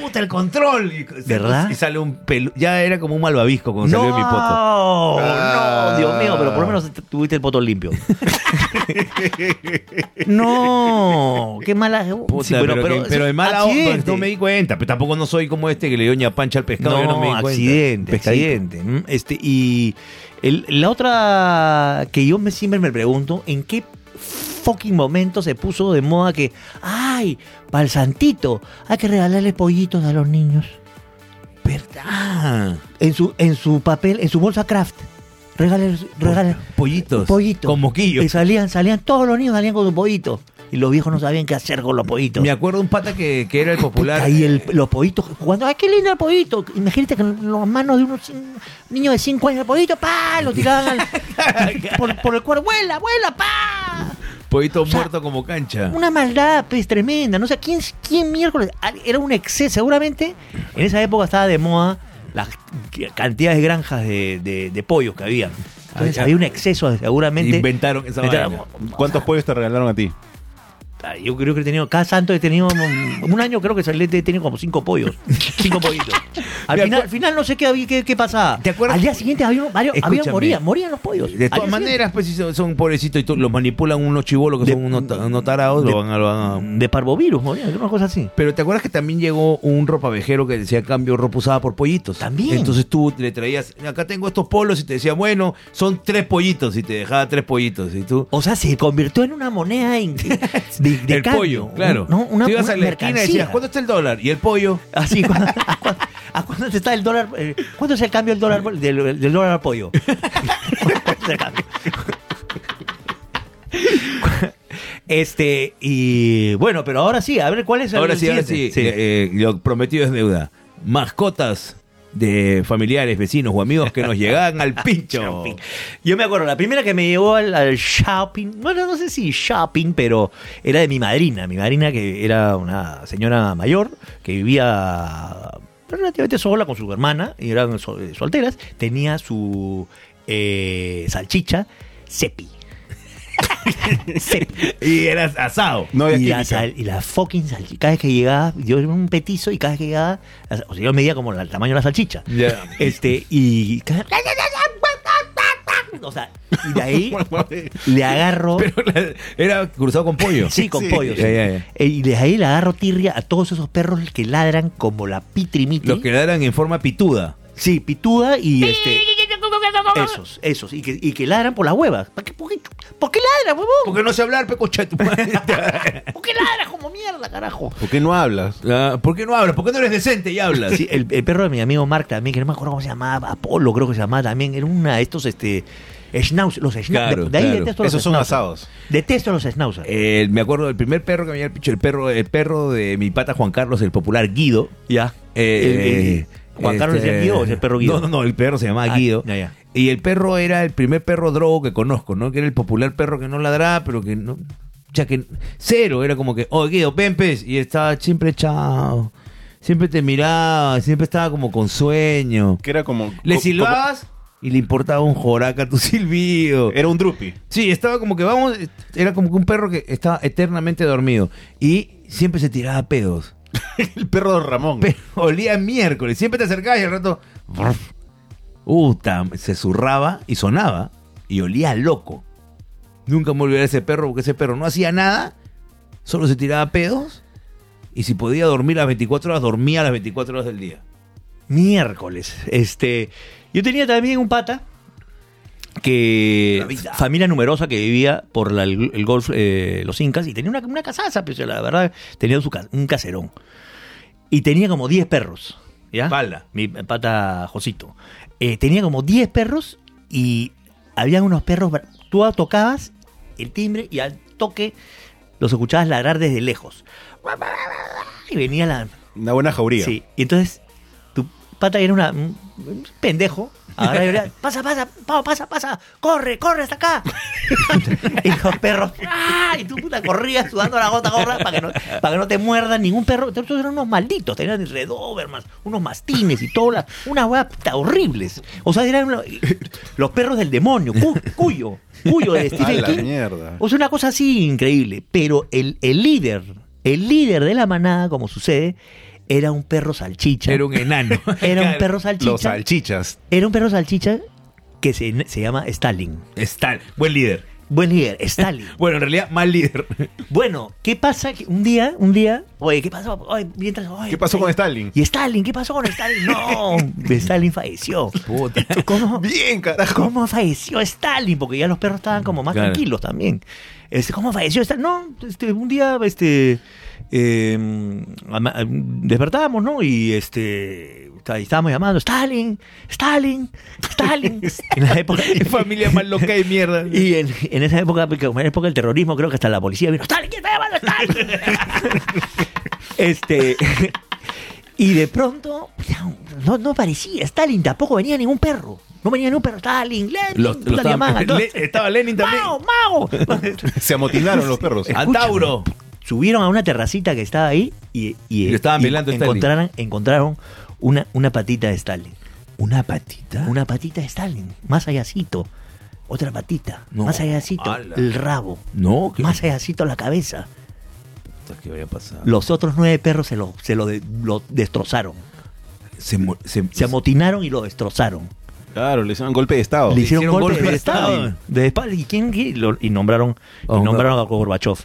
¡Puta, el control! Y-
¿Verdad?
Y sale un pelu... Ya era como un malvavisco cuando
no,
salió de mi poto. Ah.
no, Dios mío, pero por lo menos tuviste el poto limpio. no, qué mala.
Puta,
Sí,
pero, que- pero de mala onda,
accidente.
no me di cuenta. Pero tampoco no soy como este que le dio ña pancha al pescado.
No,
yo no me di cuenta.
accidente,
Pescadito.
accidente. Mm, Este, y el- la otra que yo me, siempre me pregunto, ¿en qué fucking momento se puso de moda que, ay, para el santito, hay que regalarle pollitos a los niños?
¿Verdad?
En su, en su papel, en su bolsa craft. Regales, regales.
Pollitos.
Pollitos.
Con moquillos.
Y salían, salían, todos los niños salían con un pollito. Y los viejos no sabían qué hacer con los pollitos.
Me acuerdo un pata que, que era el popular.
Ahí el- los pollitos jugando. ¡Ay, qué lindo el pollito! Imagínate que en las manos de unos cin- niños de 5 años, el pollito, ¡pa! Lo tiraban al- por, por el cuerpo. ¡Vuela, vuela, pa!
Pollito
sea,
muerto como cancha.
Una maldad, pues, tremenda. No sé, ¿quién, quién miércoles? Ah, Era un exceso. Seguramente en esa época estaba de moda las c- cantidades de granjas de, de- de pollos que había. Entonces
Ah, ya.
había un exceso, seguramente.
Inventaron esa
Inventaron-
vaina.
¿Cuántos pollos te regalaron a ti?
Ah, Yo creo que he tenido, cada santo he tenido, un- un año creo que salí, he tenido como cinco pollos. Cinco pollitos. Al
Me
final,
acuer-
al final no sé qué, había- qué, qué pasaba.
¿Te acuerdas?
Al día siguiente había, varios, había-
Escúchame.
morían, morían los pollos.
De
Al
todas
día
maneras, pues si son, son pobrecitos y to- los manipulan unos chivolos que
De-
son unos, ta- unos tarados,
de-
lo van a, lo van a-
siguiente, De parvovirus, morían, una cosa así.
Pero te acuerdas que también llegó un ropavejero que decía cambio ropa usada por pollitos.
También.
Entonces tú le traías, acá tengo estos polos y te decía, bueno, son tres pollitos y te dejaba tres pollitos. Y tú,
O sea, se convirtió en una moneda in- de, de
el
cambio,
pollo, claro.
¿no? Una,
tú ibas
una
a la esquina y
mercancía.
decías, ¿cuánto está el dólar? Y el pollo.
Así, ¿cu- a, cu- a cuánto te está el dólar? eh, ¿Cuánto es el cambio del dólar del, del dólar al pollo? ¿Cuánto es el cambio? Este, y bueno, pero ahora sí, a ver cuál es el
Ahora sí, ahora sí.
siguiente?
Eh, eh, lo prometido es deuda. Mascotas de familiares, vecinos o amigos que nos llegaban al pincho.
Shopping. Yo me acuerdo, la primera que me llevó al, al shopping, bueno, no sé si shopping, pero era de mi madrina. Mi madrina que era una señora mayor que vivía relativamente sola con su hermana, y eran sol- eh, solteras, tenía su eh, salchicha cepi. Cepi.
y eras asado.
No había
y, la
química.
sal- y la fucking salchicha, cada vez que llegaba, yo era un petizo y cada vez que llegaba, la- o sea, yo medía como la- el tamaño de la salchicha.
Ya.
Este, y. O sea, y de ahí le agarro.
Pero la- era cruzado con pollo.
sí, con
sí.
pollos.
Ya, ya, ya.
Eh, Y de ahí le agarro tirria a todos esos perros que ladran como la pitrimiti.
Los que eran en forma pituda.
Sí, pituda y este. Esos, esos. Y que, y que ladran por las huevas. ¿Para qué- ¿Por qué, por qué ladran, huevón?
Porque no sé hablar, pecocha de tu madre.
¿Por qué ladran como mierda, carajo?
¿Por qué no hablas?
Ah, ¿Por qué no hablas? ¿Por qué no eres decente y hablas?
Sí, el, el perro de mi amigo Mark también, que no me acuerdo cómo se llamaba, Apolo creo que se llamaba también, era una de estos este schnauzer, los schnauzer.
Claro,
de, de ahí
claro.
detesto los
Esos son
schnauzer.
asados.
Detesto los schnauzer.
El- Eh, me acuerdo del primer perro que me había el pincho, el perro, el perro de mi pata Juan Carlos, el popular Guido.
ya.
Eh,
Juan Carlos
este,
es el Guido o es el perro Guido.
No, no, no, el perro se llamaba
Ah,
Guido.
ya, ya.
Y el perro era el primer perro drogo que conozco, ¿no? Que era el popular perro que no ladraba, pero que no. Ya que cero, era como que, oh Guido, ven pez. Y estaba siempre echado. Siempre te miraba, siempre estaba como con sueño.
Que era como.
Le
co-
silbabas y le importaba un joraca tu silbido.
como- Era un drupi.
Sí, estaba como que vamos, era como que un perro que estaba eternamente dormido. Y siempre se tiraba pedos.
El perro de Ramón.
Pero olía miércoles. Siempre te acercabas y al rato. brf. Uh, tam- se zurraba y sonaba y olía a loco. Nunca me olvidaré de ese perro porque ese perro no hacía nada, solo se tiraba pedos. Y si podía dormir las 24 horas, dormía las 24 horas del día.
Miércoles. Este, yo tenía también un pata que
La vida.
familia numerosa que vivía por la- el, el golf eh, los incas y tenía una, una casaza, pues, la verdad, tenía su ca- un caserón. Y tenía como 10 perros, ¿ya?
Pala.
Mi pata Josito. Eh, tenía como 10 perros y había unos perros, bra- tú tocabas el timbre y al toque los escuchabas ladrar desde lejos. Y venía la,
Una buena jauría.
Sí, y entonces tú pata era una, un pendejo. Ahora yo era, pasa, pasa, Pau, pasa, pasa, corre, corre hasta acá. y los perros, ¡ah! Y tú puta corrías sudando la gota gorda para que no, para que no te muerdan ningún perro. Estos eran unos malditos, tenían redobermas, unos mastines y todas las, unas huevas puta, horribles. O sea, eran lo- los perros del demonio, cu- cuyo, cuyo de
A
Stephen
la
King.
mierda.
O sea, una cosa así increíble. Pero el, el líder, el líder de la manada, como sucede, era un perro salchicha.
Era un enano.
Era un perro
Los
salchicha.
salchichas.
Era un perro salchicha que se, se llama Stalin.
Está, buen líder.
Buen líder, Stalin.
Bueno, en realidad, mal líder.
bueno, ¿qué pasa? Que un día, un día, oye, ¿qué pasó? Oye, mientras, oye,
¿Qué pasó con Stalin?
¿Y Stalin? ¿Qué pasó con Stalin? No, Stalin falleció. ¿Cómo?
Bien, carajo.
¿Cómo falleció Stalin? Porque ya los perros estaban como más
Claro.
tranquilos también. Este, ¿Cómo falleció Stalin? No, este, un día este, eh, ama- despertamos, ¿no? Y este, está- estábamos llamando, Stalin, Stalin, Stalin. en la época...
Familia más loca de mierda.
Y en, en esa época, porque como en la época del terrorismo, creo que hasta la policía vino, Stalin, ¿quién está llamando a Stalin? este... Y de pronto, no, no parecía Stalin, tampoco venía ningún perro. No venía ningún perro, Stalin, Lenin,
Los-
puta,
los
le
estaban-
llamaban, ¿no?
Le- estaba Lenin también.
¡Mao, Mao!
Se amotinaron los perros.
A
Escúchame.
Tauro.
Subieron a una terracita que estaba ahí y, y,
Y lo estaban
y
velando a Stalin.
encontraron, encontraron una, una patita de Stalin.
¿Una patita?
Una patita de Stalin, más allácito. Otra patita,
No.
más allácito.
Ala.
El rabo,
No, ¿qué
más allácito la cabeza.
puta que había pasado?
Los otros nueve perros se lo, se lo, de- lo destrozaron.
Se, mo- se-
Se amotinaron y lo destrozaron.
Claro, le hicieron golpe de estado.
Le hicieron,
Oh. hicieron
golpe,
golpe
de,
de
estado.
Estado.
De espalda. ¿Y quién? quién? Y lo- y nombraron, y
Oh, no.
nombraron a Gorbachev.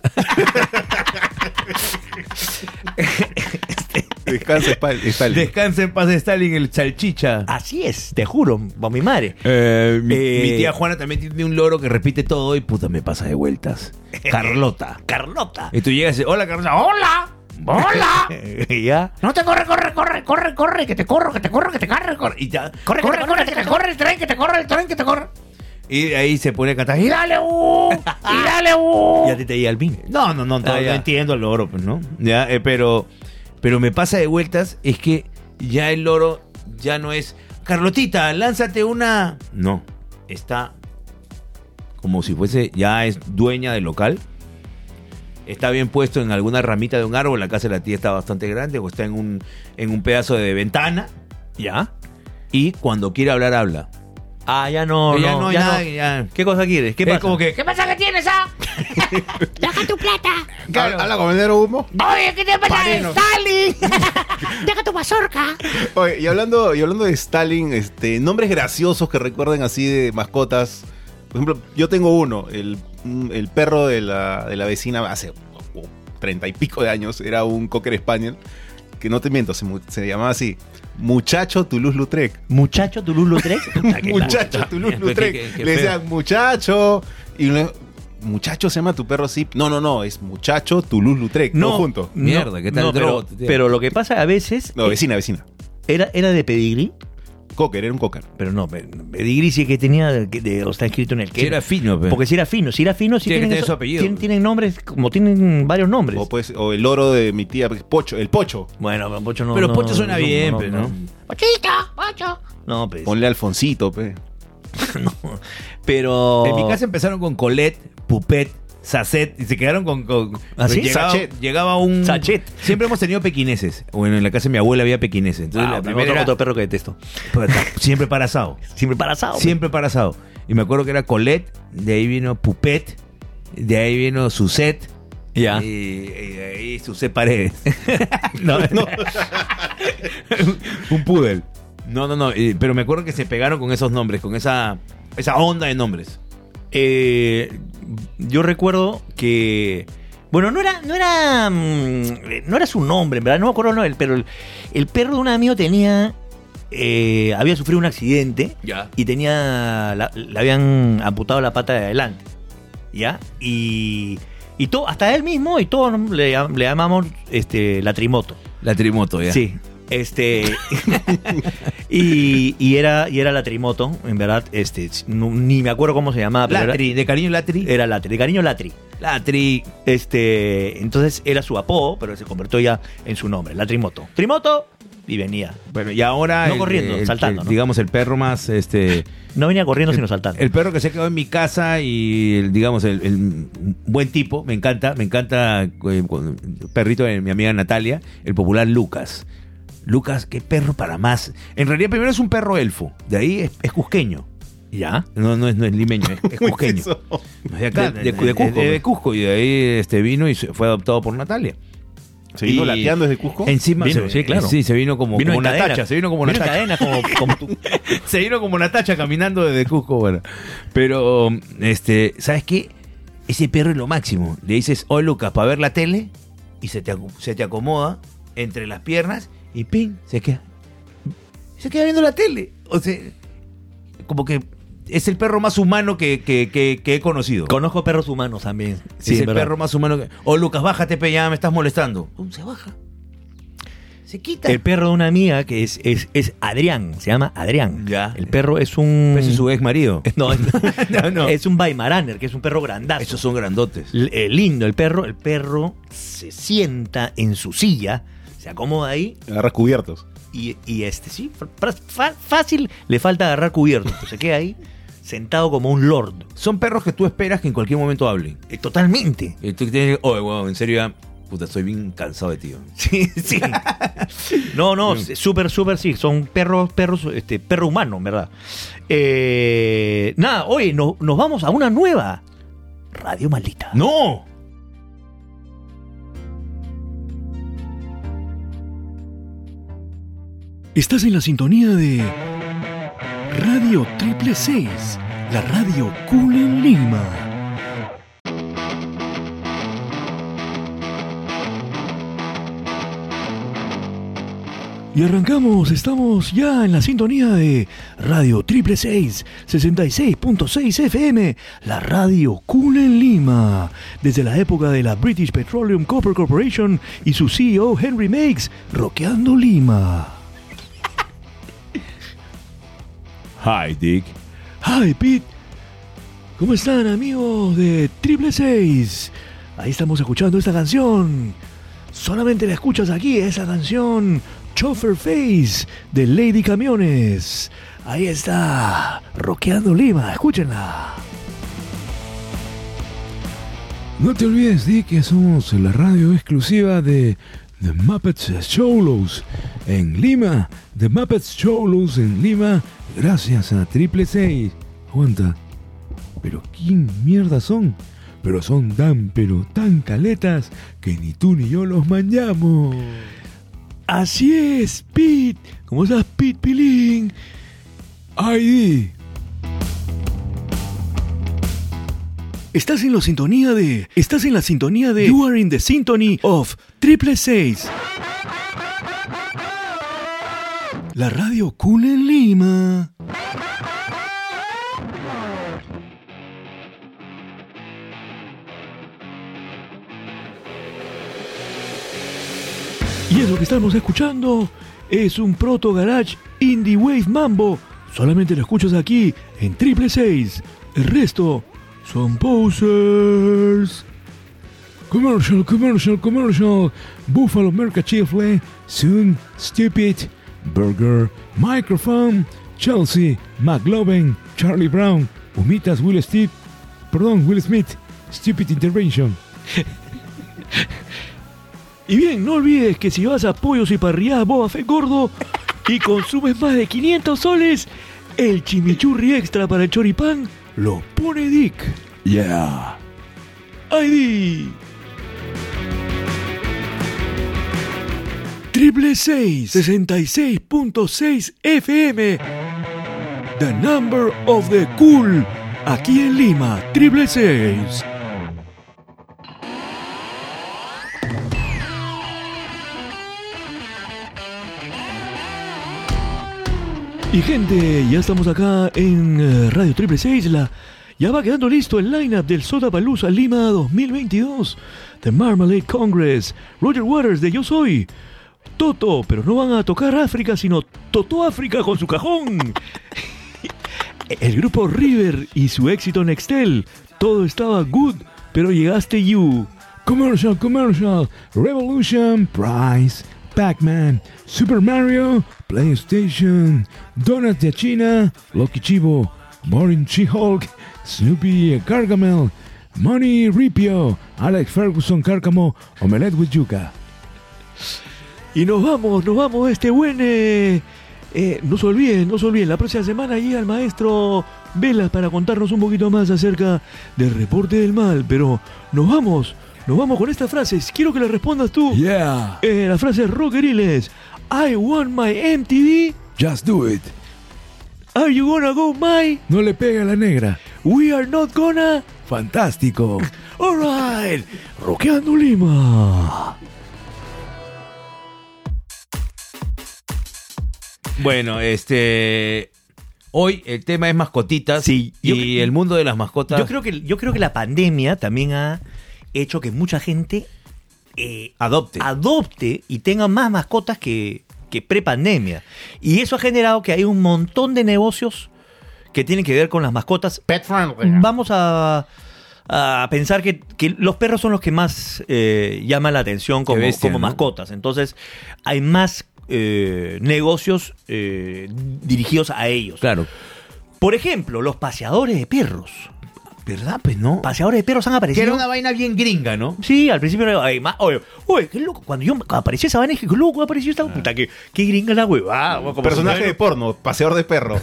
Descansa Spal- Stalin.
Descansa en paz Stalin, el salchicha.
Así es, te juro, por mi madre.
Eh, mi,
Eh,
mi tía Juana también tiene un loro que repite todo y puta me pasa de vueltas. Carlota.
Carlota.
Y tú llegas y dices, hola Carlota, hola, hola.
ya.
No te corre, corre, corre, corre, corre, que te corro, que te corro, que te corre, corre. Y ya, corre, corre, corre, que te corre el tren, que te corre el tren, que te corre. Y de ahí se pone a cantar, y dale, uh, y dale, uh.
Ya te te al BIM.
No, no, no,
Ah,
todavía
ya.
no entiendo al loro, pues, ¿no? Ya, eh, pero, pero me pasa de vueltas, es que ya el loro ya no es, Carlotita, lánzate una... No, está como si fuese, ya es dueña del local. Está bien puesto en alguna ramita de un árbol, la casa de la tía está bastante grande, o está en un, en un pedazo de ventana,
¿Ya?
y cuando quiere hablar, habla.
Ah, ya no,
Pues ya
no,
no,
ya
ya,
no.
ya.
¿Qué cosa quieres? ¿Qué
Es
pasa?
como que,
¿Qué pasa que tienes, ah? Deja tu plata.
Claro. Habla con vendero humo.
Oye, ¿qué te pasa,
Pareno.
Stalin? Deja tu mazorca.
Oye, y hablando, y hablando de Stalin, este, nombres graciosos que recuerden así de mascotas. Por ejemplo, yo tengo uno, el, un- el perro de la, de la vecina hace oh, treinta y pico de años, era un cocker spaniel, que no te miento, se, mu- se llamaba así, Muchacho Toulouse-Lautrec.
Muchacho Toulouse-Lautrec. Puta, que la-
Muchacho
Qué- Ah, qué-
Toulouse-Lautrec.
qué
Le
feo.
decían, muchacho, y le- muchacho se llama tu perro así. No, no, no, es Muchacho Toulouse-Lautrec, no, junto.
no,
Mierda, ¿qué tal
no,
drogo,
pero,
tío?
pero lo que pasa a veces
No, vecina, vecina.
era, era de pedigrí,
Cocker, era un cocker.
pero no, pe- pedigrí sí que tenía, que de- o está escrito en el que.
si era fino, pe.
porque si era fino, si era fino, sí
Tiene que
tienen,
tener
eso-
su apellido.
tienen, tienen nombres, como tienen varios nombres.
O, pues, o el oro de mi tía, pues, Pocho, el Pocho.
Bueno, pero Pocho no.
Pero
no-
Pocho suena
no-
bien,
no-
pe,
no-
¿no?
Pochita, pocho.
No, pues.
Ponle Alfoncito, pe.
Pero.
En mi casa empezaron con Colette, Pupet, Sacet y se quedaron con. con-
¿Ah, sí?
Llegaba,
Sachet.
llegaba un.
Sachet.
Siempre hemos tenido pequineses. Bueno, en la casa de mi abuela había pequineses. Entonces
Ah,
la
otro-
primera
otro,
era-
otro perro que detesto.
siempre para asado.
Siempre para asado. pe.
Siempre para asado. Y me acuerdo que era Colette, de ahí vino Pupet, de ahí vino Suset.
Ya.
Y, y de ahí Suset Paredes. no, no. un poodle. No, no, no. eh, Pero me acuerdo que se pegaron con esos nombres, con esa, esa onda de nombres.
Eh, yo recuerdo que. Bueno, no era, no era. mm, No era su nombre, en verdad, no me acuerdo, no, el- pero el, el perro de un amigo tenía. eh, había sufrido un accidente
Ya.
y tenía. la- le habían amputado la pata de adelante. ¿Ya? Y. Y todo, hasta él mismo y todos le, llam- le llamamos este, la trimoto.
La trimoto, ya.
Sí. Este. y, y era, y era la trimoto, en verdad. Este, no- ni me acuerdo cómo se llamaba, pero era-
Latri, de cariño Latri.
era Latri, de cariño Latri.
Latri.
Este, entonces era su apodo, pero se convirtió ya en su nombre, Latri Moto. Trimoto, y venía.
Bueno, y ahora.
No corriendo, saltando,
el-
¿no?
Digamos, el perro más. este
No venía corriendo, sino saltando.
El perro que se quedó en mi casa y, el, digamos, el, el buen tipo, me encanta, me encanta eh, cuando- el perrito de mi amiga Natalia, el popular Lucas. Lucas, qué perro para más. En realidad, primero es un perro elfo, de ahí es, es cusqueño.
¿Ya?
No, no es, no es limeño, es, es cusqueño.
Eso.
No es de acá,
De- de-
de,
de
Cusco.
Cusco,
De, de
pues.
Cusco, y de ahí este, vino y se- fue adoptado por Natalia.
Se vino
Y-
lateando desde Cusco.
Encima,
Vino,
se,
sí, claro.
Sí, se vino como,
Vino
como
en
una
cadena.
tacha, se vino como una
Vino en
tacha.
cadena, como, como tú.
Se vino como una tacha caminando desde Cusco, bueno. Pero, este, ¿sabes qué? Ese perro es lo máximo. Le dices, oh Lucas, para ver la tele, y se te, acu- se te acomoda entre las piernas y pin, se queda. Se queda viendo la tele. O sea, como que es el perro más humano que, que- que- que he conocido.
Conozco perros humanos también.
Sí,
Sí,
es el
en verdad.
perro más humano que. Oh Lucas, bájate, pe, ya me estás molestando. Pum, Uh, se baja. Se quita.
El perro de una amiga que es, es, es Adrián, se llama Adrián.
Ya.
El perro es un.
Ese es su ex marido.
No,
No, no.
es un Weimaraner, que es un perro grandazo.
Esos son grandotes.
L- eh, lindo el perro. El perro se sienta en su silla, se acomoda ahí
Agarras cubiertos.
y, y este, sí, fa- fa- fácil, le falta agarrar cubierto. pero se queda ahí sentado como un lord.
Son perros que tú esperas que en cualquier momento hablen.
Eh, Totalmente.
Y tú tienes que, oye, weón, en serio, ya, puta, estoy bien cansado de ti. weón".
Sí, sí. No, no, s- súper, súper, sí. Son perros, perros, este, perro humano, en ¿verdad? Eh, nada, oye, no- nos vamos a una nueva Radio Maldita.
¡No!
Estás en la sintonía de Radio Triple 6, la radio cool en Lima. Y arrancamos, estamos ya en la sintonía de Radio Triple 6, 66.6 FM, la radio cool en Lima. Desde la época de la British Petroleum Copper Corporation y su CEO Henry Makes, Roqueando Lima.
Hi, Dick.
Hi, Pete. ¿Cómo están, amigos de Triple 6? Ahí estamos escuchando esta canción. Solamente la escuchas aquí, esa canción Chauffeur Face de Lady Camiones. Ahí está, Roqueando Lima, escúchenla. No te olvides, Dick, que somos la radio exclusiva de The Muppets Showlows en Lima. The Muppets Showlows en Lima, gracias a Triple 6. Aguanta. Pero ¿quién mierda son? Pero son tan, pero tan caletas que ni tú ni yo los manchamos. Así es, Pete. ¿Cómo estás, Pete Pilín? ID. Estás en la sintonía de. Estás en la sintonía de. You are in the symphony of Triple 6. La radio cool en Lima. Y eso que estamos escuchando es un proto garage indie wave mambo. Solamente lo escuchas aquí en triple 6. El resto son posers. Commercial, commercial, commercial. Buffalo Mercachifle, Soon, Stupid, Burger, Microphone, Chelsea, McLovin, Charlie Brown, Humitas, Will Steve, perdón, Will Smith, Stupid Intervention. Y bien, no olvides que si vas a Pollos y Parrilladas Boba Fett Gordo y consumes más de 500 soles, el chimichurri extra para el choripán lo pone Dick. Yeah. ID. Triple 6, 66.6 FM. The number of the cool. Aquí en Lima, triple 6. Y gente, ya estamos acá en eh, Radio Triple 6, la ya va quedando listo el lineup del Soda Palusa Lima 2022, The Marmalade Congress, Roger Waters de Yo Soy, Toto, pero no van a tocar África, sino Toto África con su cajón. El grupo River y su éxito Nextel. Todo estaba good, pero llegaste you. Commercial, commercial, Revolution, Price, Pac-Man, Super Mario, PlayStation, Donald de China, Loki Chivo, Boring She-Hulk, Snoopy Gargamel, Money Ripio, Alex Ferguson Cárcamo, Omelette with Yuca. Y nos vamos, nos vamos, este buen... eh, eh, no se olviden, no se olviden, la próxima semana llega el maestro Velas para contarnos un poquito más acerca del reporte del mal, pero nos vamos, nos vamos con estas frases, quiero que las respondas tú.
Yeah,
Eh, las frases rockeriles, I want my MTV,
just do it.
are you gonna go my,
No le pega a la negra.
we are not gonna,
Fantástico.
alright, Roqueando Lima.
Bueno, este. Hoy el tema es mascotitas
Sí, yo-
y el mundo de las mascotas.
Yo creo, que, yo creo que la pandemia también ha hecho que mucha gente eh,
Adopte.
adopte y tenga más mascotas que, que pre-pandemia. Y eso ha generado que hay un montón de negocios que tienen que ver con las mascotas.
Pet friendly.
Vamos a, a pensar que, que los perros son los que más eh, llaman la atención como,
bestia,
como
¿no?
mascotas. Entonces, hay más eh, negocios eh, dirigidos a ellos.
Claro.
Por ejemplo, los paseadores de perros.
¿Verdad? Pues no.
Paseadores de perros han
Que
aparecido.
era una vaina bien gringa, ¿no?
Sí, al principio era ay, ma- oye, oye, qué loco. Cuando yo cuando apareció esa vaina, dije, qué loco apareció
Ah.
esta puta, que qué gringa la huevada. güey, como
Personaje
si-
de porno, paseador de perro.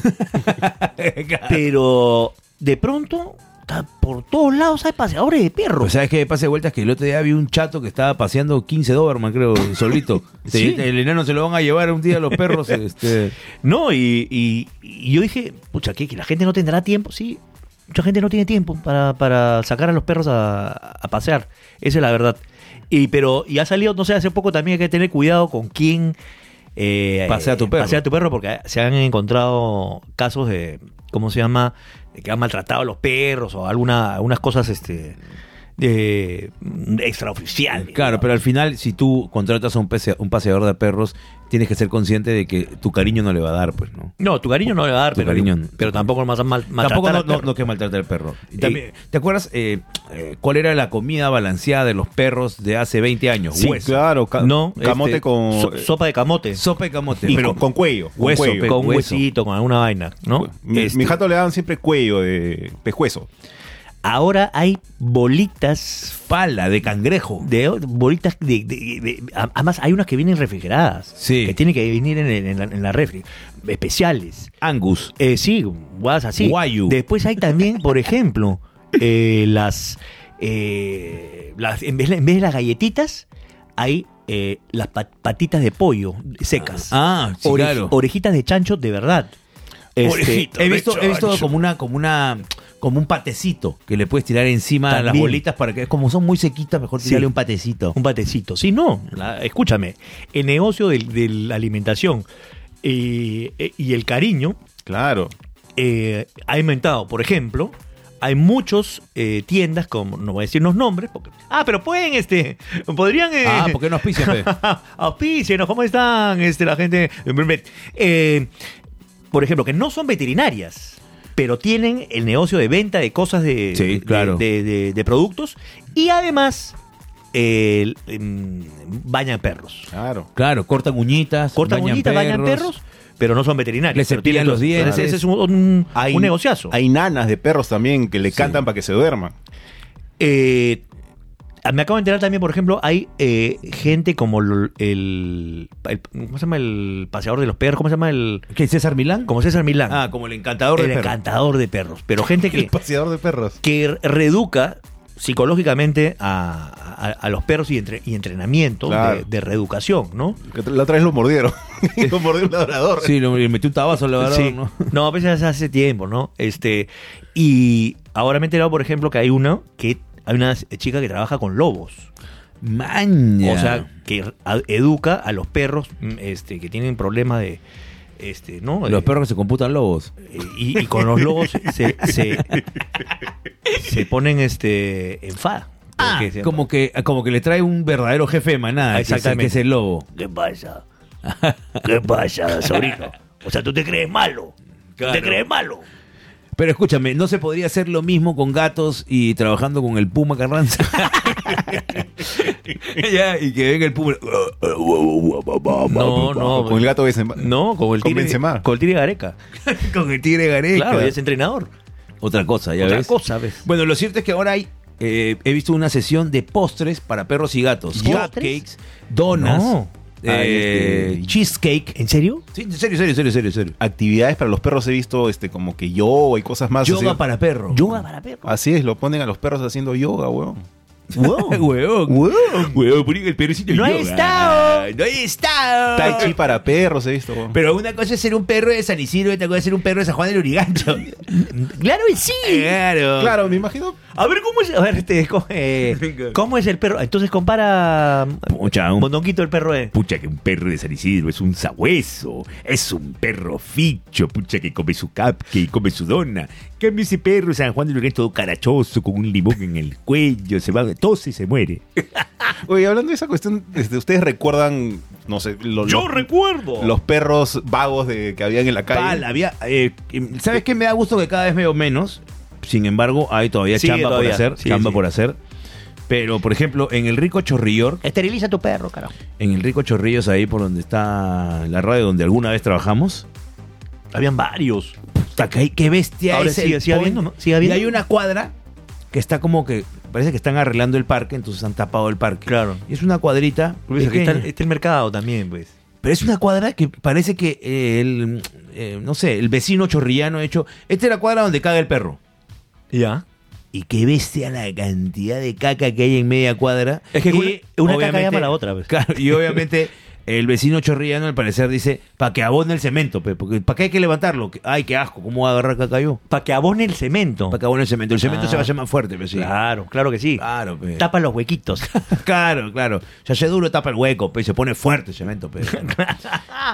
Pero de pronto, ta- por todos lados hay paseadores de
O
perros.
sea, es que pase vueltas que el otro día vi un chato que estaba paseando 15 Doberman, creo, solito.
Sí.
Te- El enano se lo van a llevar un día los perros. este,
no, y, y- y yo dije, pucha, ¿qué? que la gente no tendrá tiempo, sí. Mucha gente no tiene tiempo para, para sacar a los perros a, a pasear. Esa es la verdad. Y pero y ha salido, no sé, hace poco también hay que tener cuidado con quién eh,
Pasea tu perro.
pasea tu perro porque se han encontrado casos de, ¿cómo se llama? De que han maltratado a los perros o alguna, algunas cosas este de, extraoficiales.
Claro,
¿no?
pero al final, si tú contratas a un, pasea- un paseador de perros, tienes que ser consciente de que tu cariño no le va a dar, pues, ¿no?
No, tu cariño no le va a dar,
Tu
pero,
cariño no.
pero tampoco más mal,
Tampoco
maltratar
no,
al
no-
perro.
no que maltratar al perro. Y también, ¿Te acuerdas eh, eh, cuál era la comida balanceada de los perros de hace 20 años?
Sí,
Hueso.
claro. ca-
No,
Camote
este,
con. eh,
so-
eh,
este, sopa de camote.
Sopa de camote.
y
Pero
con, con cuello. con
Hueso,
cuello.
pe-
con un
hueso.
huesito, con alguna vaina, ¿no?
Mi,
Este-
mi jato le daban siempre cuello de pescuezo.
Ahora hay bolitas
pala de cangrejo.
de bolitas de, de- de- a- además hay unas que vienen refrigeradas,
Sí.
que tienen que venir en, el- en la, en la refri, especiales.
Angus.
Eh, sí, guas así.
Guayu.
Después hay también, por ejemplo, eh, las, eh, las en, vez, en vez de las galletitas hay eh, las pat- patitas de pollo secas.
Ah, sí,
Ore-
claro.
Orejitas de chancho de verdad. Este,
he visto, he visto como una, como una, como un patecito que le puedes tirar encima a las
También.
bolitas para que, como son muy sequitas, mejor
Sí.
tirarle un patecito.
Un patecito. Si no, la- escúchame, el negocio del- de, la alimentación eh, eh, y el cariño
Claro.
eh, ha inventado, por ejemplo, hay muchos eh, tiendas, como no voy a decir los nombres, porque, ah, pero pueden, este, podrían... eh,
Ah, porque no auspicia, pe?
Auspícienos, ¿cómo están este, la gente? Eh, por ejemplo, que no son veterinarias, pero tienen el negocio de venta de cosas de,
Sí,
de-
claro.
de, de- de productos y además eh, el- em, bañan perros.
Claro.
Claro, cortan uñitas,
Cortan uñitas, bañan perros, pero no son veterinarios.
Les
pero
cepillan
tienen
los
todo.
dientes.
Ese- Ese es un, un,
Hay-
un negociazo.
Hay nanas de perros también que le cantan para que se duerman.
Eh, me acabo de enterar también, por ejemplo, hay eh, gente como el, el- el- ¿Cómo se llama el paseador de los perros? ¿Cómo se llama el...?
¿Qué, César Milán?
Como César Milán.
Ah, como el encantador
el
de perros.
encantador de perros. Pero gente
El
que,
paseador de perros.
que reeduca psicológicamente a, a- a los perros y, entre, y entrenamiento
Claro.
de, de reeducación, ¿no?
Que La otra vez lo mordieron. lo mordió un labrador.
Sí, lo- le metí un tabazo al labrador,
Sí.
¿no?
No, a veces hace tiempo, ¿no? Este, y ahora me he enterado, por ejemplo, que hay uno que hay una chica que trabaja con lobos.
Maña.
O sea, que a- educa a los perros mm, este, que tienen problemas de. Este, ¿no?
los
Eh,
perros que se computan lobos.
eh, Y, y con los lobos se, se, se ponen este, enfada.
Ah,
Porque se-
como que, como que le trae un verdadero jefe de manada, que es-
Exactamente.
que es el lobo.
¿Qué pasa? ¿Qué pasa, sobrino? O sea, tú te crees malo. Tú
Claro.
Te crees malo.
Pero escúchame, ¿no se podría hacer lo mismo con gatos y trabajando con el Puma Carranza? Ya, y que venga el Puma.
No, no.
Con el gato Benzema.
No, con el
Con
Tigre-
Benzema.
Con el Tigre Gareca.
con el tigre Gareca.
Claro, y es entrenador.
Otra cosa, ya
Otra
ves.
cosa, ¿ves?
Bueno, lo cierto es que ahora hay. eh, he visto una sesión de postres para perros y gatos.
¿Postres?
Cupcakes, donas,
No.
eh,
Ay, este-
cheesecake.
¿En serio?
Sí, en serio, serio, serio, serio, serio.
Actividades para los perros he visto este como que yoga y cosas más.
Yoga
así.
para perro.
Ah, Yoga para perros.
Así es, lo ponen a los perros haciendo yoga, weón.
Huevón. Huevón. Huevón, ponen el perrocito
No
en
he
yoga.
estado.
No he estado.
Tai chi para perros he visto, weón.
Ah. Pero una cosa es ser un perro de San Isidro y otra cosa es ser un perro de San Juan del Urigancho.
Claro que sí.
claro.
Claro, me imagino.
A ver, ¿cómo es? A ver, este, co- eh, ¿cómo es el perro? Entonces compara mm,
Pucha, un-
Mondonguito el perro eh. de.
Pucha que un perro de San Isidro es un sabueso, es un perro ficho, pucha que come su cupcake y come su dona. En Cambio ese perro San Juan del Urigancho todo carachoso, con un limón en el cuello, se va, tose y se muere.
Oye, hablando de esa cuestión, este, ¿ustedes recuerdan, no sé, lo- los,
recuerdo.
los perros vagos de, que habían en la calle?
Pal, había, eh, ¿Sabes qué? Me da gusto que cada vez veo menos. Sin embargo, hay todavía
Sigue
chamba
todavía.
por hacer.
Sí,
chamba
sí.
por hacer. Pero, por ejemplo, en el rico Chorrillor,
Esteriliza a tu perro, carajo.
en el rico Chorrillos, ahí por donde está la radio donde alguna vez trabajamos.
Habían varios.
Puta, qué, qué bestia
Ahora
es
sigue-
el
sigue
point.
habiendo, ¿no? Sigue habiendo.
Y hay una cuadra que está como que parece que están arreglando el parque, entonces han tapado el parque.
Claro.
Y es una cuadrita.
Luis, aquí
pequeña,
está, está el mercado también, pues.
Pero es una cuadra que parece que eh, el, eh, no sé, el vecino chorrillano ha hecho. Esta es la cuadra donde caga el perro.
Ya.
Y qué bestia la cantidad de caca que hay en media cuadra.
Es que
Y,
una- una caca
obviamente,
llama a la otra, pues.
Claro, y obviamente el vecino chorrillano al parecer dice, para que abone el cemento, pe, porque para qué hay que levantarlo. Que- Ay, qué asco, ¿cómo voy a agarrar caca yo?
Para que abone el cemento.
Para que abone el cemento. El cemento
Ah.
se va a hacer más fuerte, pero sí.
Claro, claro que sí.
Claro, pe.
Tapa los huequitos.
claro, claro. Se hace duro, tapa el hueco, pe. Se pone fuerte el cemento, pe.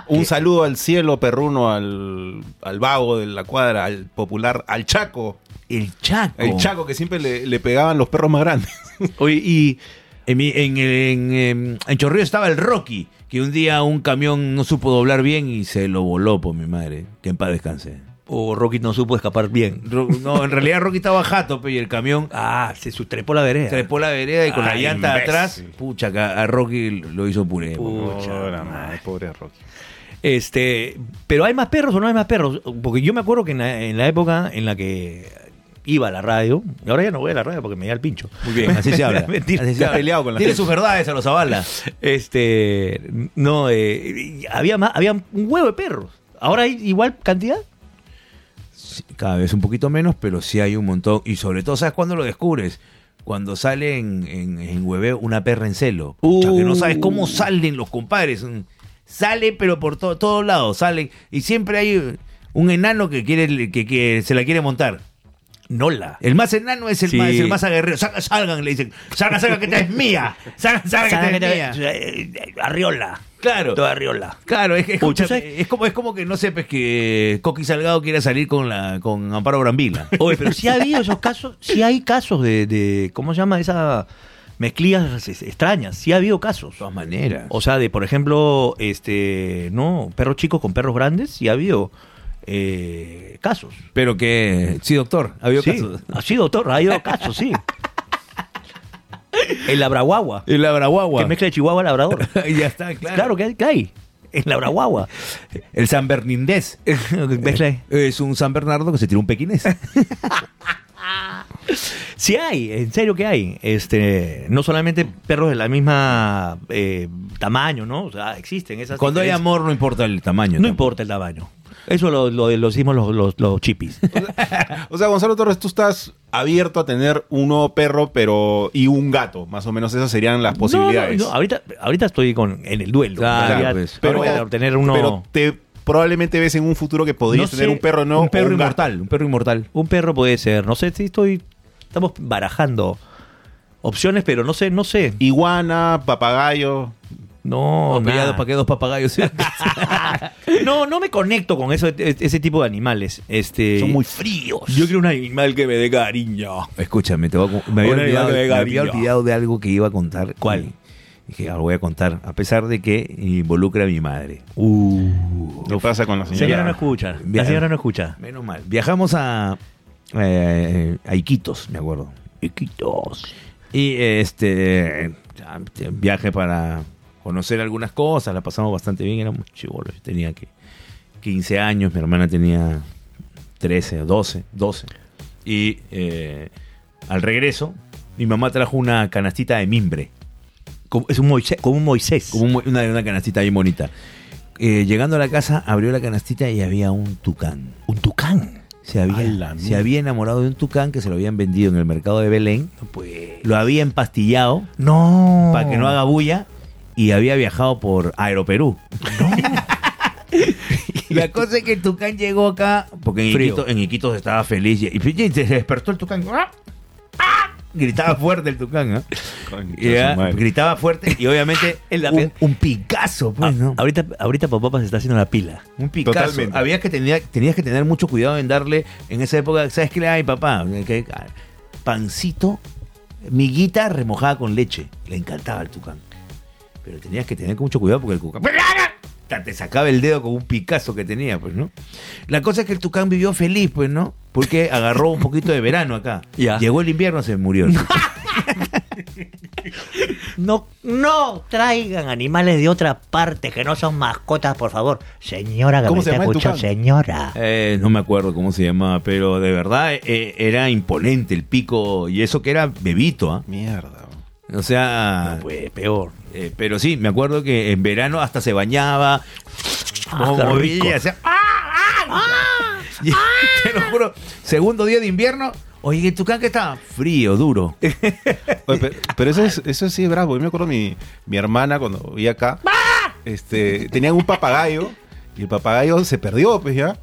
Un saludo al cielo perruno, al, al vago de la cuadra, al popular, al chaco.
El chaco.
El chaco que siempre le, le pegaban los perros más grandes.
Oye, y en, mi- en, en, en- en Chorrillos estaba el Rocky, que un día un camión no supo doblar bien y se lo voló por mi madre. Que en paz descanse.
o Rocky no supo escapar bien.
Ro- No, en realidad Rocky estaba jato, pe, y el camión
Ah, se sustrepó la vereda.
trepó la vereda y con la
Ay,
llanta de
imbécil.
atrás, pucha, que a a Rocky lo hizo puré.
Pucha.
madre, pobre Rocky.
Este, pero hay más perros o no hay más perros, porque yo me acuerdo que en la, en la época en la que iba a la radio, y ahora ya no voy a la radio porque me da el pincho.
Muy bien, así se habla.
Mentira.
Así
Te has peleado con la
Tiene
gente.
sus verdades a los Zavala.
Este, no, eh, había más, había un huevo de perros. Ahora hay igual cantidad.
Cada vez un poquito menos, pero sí hay un montón. Y sobre todo, ¿sabes cuándo lo descubres? Cuando sale en, en, en hueveo una perra en celo. Pucha, que no sabes cómo salen los compadres. Un- Sale, pero por to- todos lados. Salen. Y siempre hay un enano que, quiere, que, que se la quiere montar.
Nola.
El más enano es el,
Sí.
más, es el más aguerrido. Saca- salgan, le dicen. Salgan, salgan, que esta es mía. Salgan, salgan, que esta es mía.
Arriola.
Claro.
Toda Arriola.
Claro, es que
Uy, ¿tú
escúchame,
sabes?
es como es como que no sé pues, que Coqui Salgado quiera salir con la con Amparo Brambila.
Oye, pero sí ha habido esos casos, sí hay casos de, de ¿cómo se llama? Esas mezclillas es- extrañas, sí ha habido casos.
todas maneras.
O sea, de por ejemplo, este, no, perros chicos con perros grandes, sí ha habido eh, casos.
Pero que sí, doctor, ha habido
Sí,
casos.
ha sido doctor, ha habido casos, sí. El labraguagua,
El
que
Labraguagua.
mezcla de chihuahua a labrador.
ya está, claro.
Claro que hay, que hay. El labraguagua.
El San Bernindés.
Mezcla de-
Es un San Bernardo que se tira un pequinés.
Sí hay, en serio que hay. Este, no solamente perros de la misma eh, tamaño, ¿no? O sea, existen esas.
Cuando hay
diferencias.
amor no importa el tamaño.
no
tampoco.
importa el tamaño. Eso lo, lo, lo hicimos los, los, los chipis.
O sea, Gonzalo Torres, tú estás abierto a tener un nuevo perro pero y un gato. Más o menos esas serían las posibilidades.
No, no, no, ahorita, ahorita estoy con, en el duelo.
Claro,
En realidad,
pues.
Pero voy a obtener uno.
pero te probablemente ves en un futuro que podrías
No
tener
sé,
un perro nuevo.
Un perro
o un gato.
inmortal, un perro inmortal.
Un perro puede ser. No sé si estoy. Estamos barajando opciones, pero no sé, no sé.
Iguana, papagayo.
No,
Pero ya
nada.
¿Para qué dos papagayos?
no, no me conecto con eso, e- ese tipo de animales. Este,
Son muy
fríos. Yo quiero un animal que me dé cariño.
Escúchame, te voy a- me, había
Hola,
olvidado,
Iván,
me
venga,
había
ya.
olvidado de algo que iba a contar.
¿Cuál?
Y Dije, ah, lo voy a contar, a pesar de que involucra a mi madre.
¿Qué pasa con la
Señora
señora?
no escucha. La
Bien.
señora no escucha.
Menos mal. Viajamos a eh, a Iquitos, me acuerdo. Iquitos. Y eh, este ya, viaje para conocer algunas cosas, la pasamos bastante bien, éramos chivolos. Yo tenía que 15 años, mi hermana tenía 13 o 12, 12. Y eh, al regreso, mi mamá trajo una canastita de mimbre.
Como, es un Moisés. Como un Moisés.
Como un mo- una, una canastita bien bonita. Eh, llegando a la casa, abrió la canastita y había un tucán.
un tucán.
Se había, se había enamorado de un tucán que se lo habían vendido en el mercado de Belén. Lo había empastillado
No.
para que no haga bulla y había viajado por Aeroperú. La cosa es que el tucán llegó acá, porque en
Frío.
Iquitos, en Iquitos estaba feliz y, y se despertó el tucán. ¡Ah! ¡Ah! Gritaba fuerte el tucán, ¿ah? Ya, gritaba fuerte y obviamente
En la
un,
pe-
un Picasso,
Ah,
pues, ¿no?
ahorita, ahorita papá se está haciendo la pila.
Un Picasso.
Totalmente.
Había que tener, tenías que tener mucho cuidado en darle, en esa época, ¿sabes qué le da a mi papá? Que- ah, Pancito, miguita remojada con leche. Le encantaba el tucán. Pero tenías que tener mucho cuidado porque el tucán... Ta- Te sacaba el dedo con un Picasso que tenía, pues, ¿no? La cosa es que el tucán vivió feliz, pues, ¿no? Porque agarró un poquito de verano acá.
Ya.
Llegó el invierno, se murió. el tucán.
No, no traigan animales de otra parte que no son mascotas, por favor. Señora, que
¿Cómo
me
se
está
llama el
escuchando,
tucán?
señora.
Eh, no me acuerdo cómo se llamaba, pero de verdad eh, era imponente el pico. Y eso que era bebito, ¿ah?
Mierda.
O sea,
Pues peor.
eh, pero sí, me acuerdo que en verano hasta se bañaba, mo-
qué
movía,
rico.
hacía, ¡ah! ¡ah! Y- te
ah.
lo juro, segundo día de invierno, oye, ¿tu can que está? Frío, duro.
Oye, pe- pero eso, es, eso sí es bravo. Yo me acuerdo mi, mi hermana cuando vi acá.
¡Ah!
Este, tenían un papagayo y el papagayo se perdió, pues ya.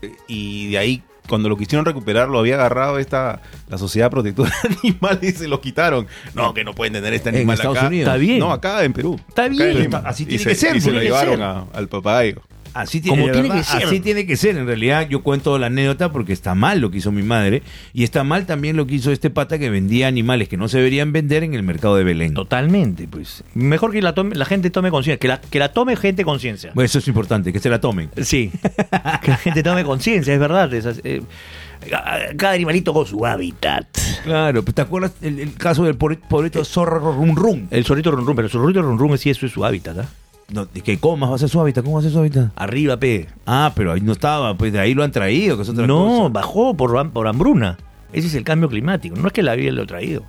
Eh, Y de ahí, cuando lo quisieron recuperar, lo había agarrado esta, la Sociedad Protectora de Animales y se lo quitaron. No, que no pueden tener este
En
animal
Estados
acá.
Unidos.
Está bien.
No, acá en Perú.
Está
Acá
bien,
en Lima.
está- así
Y
tiene
se-
que ser,
Y se
tiene
lo
que
llevaron
ser.
a- al papagayo.
Así tiene,
Como
de
tiene
verdad,
que ser.
Así tiene que ser. En realidad, yo cuento la anécdota porque está mal lo que hizo mi madre y está mal también lo que hizo este pata que vendía animales que no se deberían vender en el mercado de Belén.
Totalmente, pues. Mejor que la, tome- la gente tome conciencia. Que la, que la tome gente conciencia.
Bueno, eso es importante, que se la tomen.
Sí. que la gente tome conciencia, es verdad. es así, eh, ca- cada animalito con su hábitat.
Claro, pues, ¿te acuerdas el, el caso del pobre-
Eh,
pobreto zorro rum rum?
El zorrito run run, pero el zorrito run run sí, eso es su hábitat, ¿ah?
No, de que comas va a ser su hábitat, ¿cómo va a ser su hábitat?
Arriba, pe.
Ah, pero ahí no estaba, pues de ahí lo han traído, que es otra
no,
cosa.
bajó por, ham- por hambruna. Ese es el cambio climático. No es que la vida lo ha traído.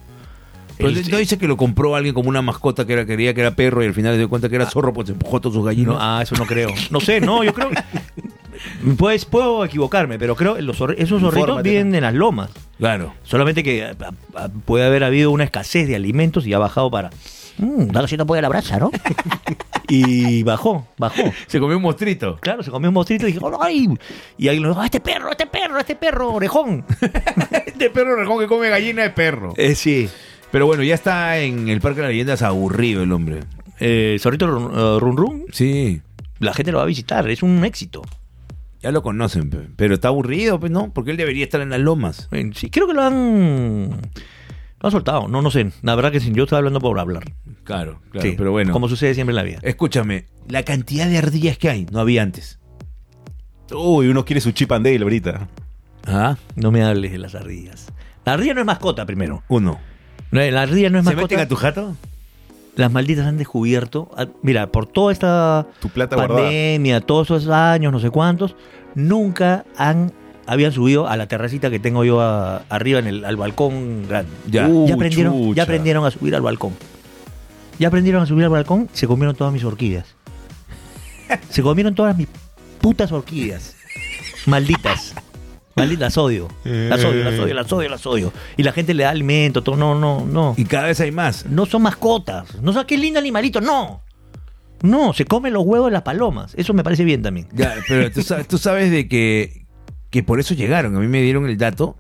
Pero
El-
no dice que lo compró alguien como una mascota que era, quería que era perro y al final se dio cuenta que era zorro, pues se empujó a todos sus gallinos.
No, ah, eso no creo. No sé, no, yo creo. Pues puedo equivocarme, pero creo que los zorri- esos zorritos
Infórmate.
viven en las lomas.
claro.
Solamente que a- a- puede haber habido una escasez de alimentos y ha bajado para. Mmm, no si no puede la brasa, ¿no? y bajó, bajó.
Se comió un mostrito.
Claro, se comió un mostrito y dijo, ¡ay! Y ahí lo dijo, "Ah, este perro, este perro, este perro, orejón!
Este perro rejón que come gallina de perro.
Eh, sí.
Pero bueno, ya está en el Parque de las Leyendas aburrido el hombre.
Eh, zorrito run, eh, run run,
Sí.
la gente lo va a visitar, es un éxito.
Ya lo conocen, pe- pero está aburrido, pues no, porque él debería estar en las lomas.
Eh, Sí, creo que lo han. Lo han soltado, no, no sé. La verdad que sí, yo estoy hablando por hablar.
Claro, Eh,
Sí, Como sucede siempre en la vida.
Escúchame, la cantidad de ardillas que hay, no había antes.
Uy, uno quiere su chip and dale ahorita.
Ah,
No me hables de las ardillas. La ardilla no es mascota, primero.
uno.
No, La ardilla no es
¿Se
mascota.
meten a tu jato?
Las malditas han descubierto. ah, Mira, por toda esta
Tu plata guardada.
pandemia, todos esos años, no sé cuántos, nunca han habían subido a la terracita que tengo yo a- arriba en el al balcón grande.
Ya.
Uy,
aprendieron,
Uh, chucha.
ya aprendieron a subir al balcón. Ya aprendieron a subir al balcón, se comieron todas mis orquídeas. Se comieron todas mis putas orquídeas. Malditas. Malditas, las odio. Las odio, las odio, las odio, las odio. Y la gente le da alimento, todo. No, no, no.
Y cada vez hay más.
No son mascotas. No son "Ah, qué lindo animalito, no. No, se comen los huevos de las palomas. Eso me parece bien también.
Ya, pero tú sabes, tú sabes de que, que por eso llegaron. A mí me dieron el dato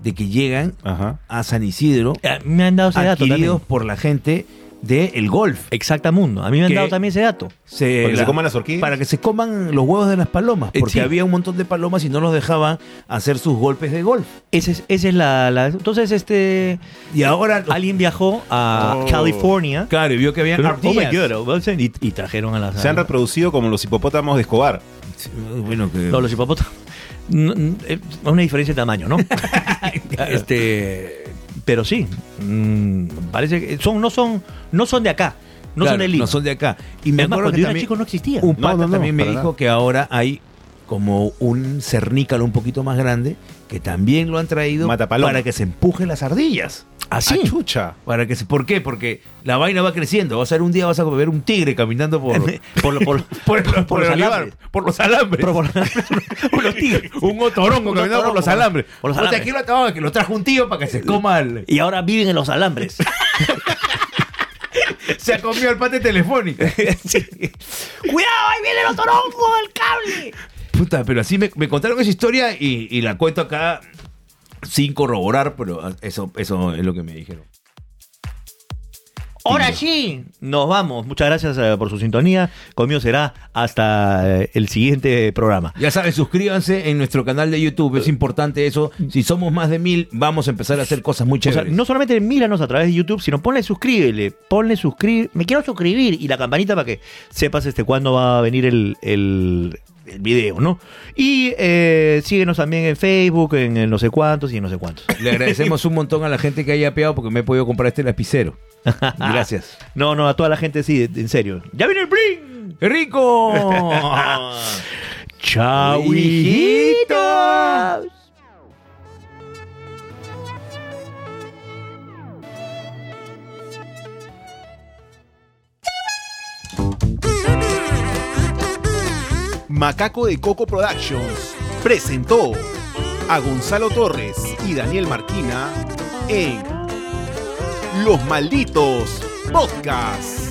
de que llegan
Ajá.
a San Isidro
Eh, Me han dado ese dato
adquiridos
también.
por la gente del golf.
Exactamundo. A mí me han
¿Qué?
dado también ese dato.
Se-
Para que
la-
se coman las orquídeas.
Para que se coman los huevos de las palomas,
Eh,
porque
sí.
había un montón de palomas y no los dejaban hacer sus golpes de golf.
Ese es- Esa es, la, la- Entonces, este.
Y ahora,
Alguien viajó a
Oh.
California.
claro, y vio que habían
Pero, oh my
ardillas.
God, oh, well, y, y trajeron a las.
Se han reproducido como los hipopótamos de Escobar.
Sí, Bueno, que-
No, los hipopótamos. n- n- eh, Una diferencia de tamaño, ¿no? este. Pero sí. mm, parece que. Son, no, son, no son de acá. No
claro,
son de Lima.
no son de acá. Y me
Es más,
acuerdo
cuando
que
yo era
también-
chico no existía.
Un
No,
pata
no, no,
también me
para
dijo
nada.
que ahora hay como un cernícalo un poquito más grande que también lo han traído
Mata paloma.
para que se empujen las ardillas.
Así.
¡Ah, chucha!
Para que se, ¿Por qué? Porque la vaina va creciendo. Vas a ver un día vas a ver un tigre caminando por,
por, lo- por,
por, por- por el
los
olivar,
alambres.
por los alambres.
por- por- unos tigres.
un otorongo
Un
caminando por
otorongo,
los alambres.
por los
Puta,
alambres.
aquí lo, no, que lo trajo un tío para que se coma el-
Y ahora viven en los alambres.
se ha comido el pate telefónico.
¡Cuidado! ¡Ahí viene el otorongo del cable!
Puta, pero así me, me contaron esa historia y, y la cuento acá sin corroborar, pero eso, eso es lo que me dijeron.
Ahora sí, nos vamos. Muchas gracias eh, por su sintonía. Conmigo será hasta eh, el siguiente programa.
Ya saben, suscríbanse en nuestro canal de YouTube, es importante eso. Si somos más de mil, vamos a empezar a hacer cosas muy
O sea,
chéveres.
no solamente míranos a través de YouTube, sino ponle suscríbele, ponle suscribir, me quiero suscribir y la campanita para que sepas este cuándo va a venir el, el- el video, ¿no? Y eh, síguenos también en Facebook, en, el no sé cuántos y en no sé cuántos.
Le agradecemos un montón a la gente que haya apeado porque me he podido comprar este lapicero. Gracias.
No, no, a toda la gente sí, en serio. ¡Ya viene el brin!
¡Qué rico!
¡Chao,
hijitos!
Macaco de Coco Productions presentó a Gonzalo Torres y Daniel Marquina en Los Malditos Podcasts.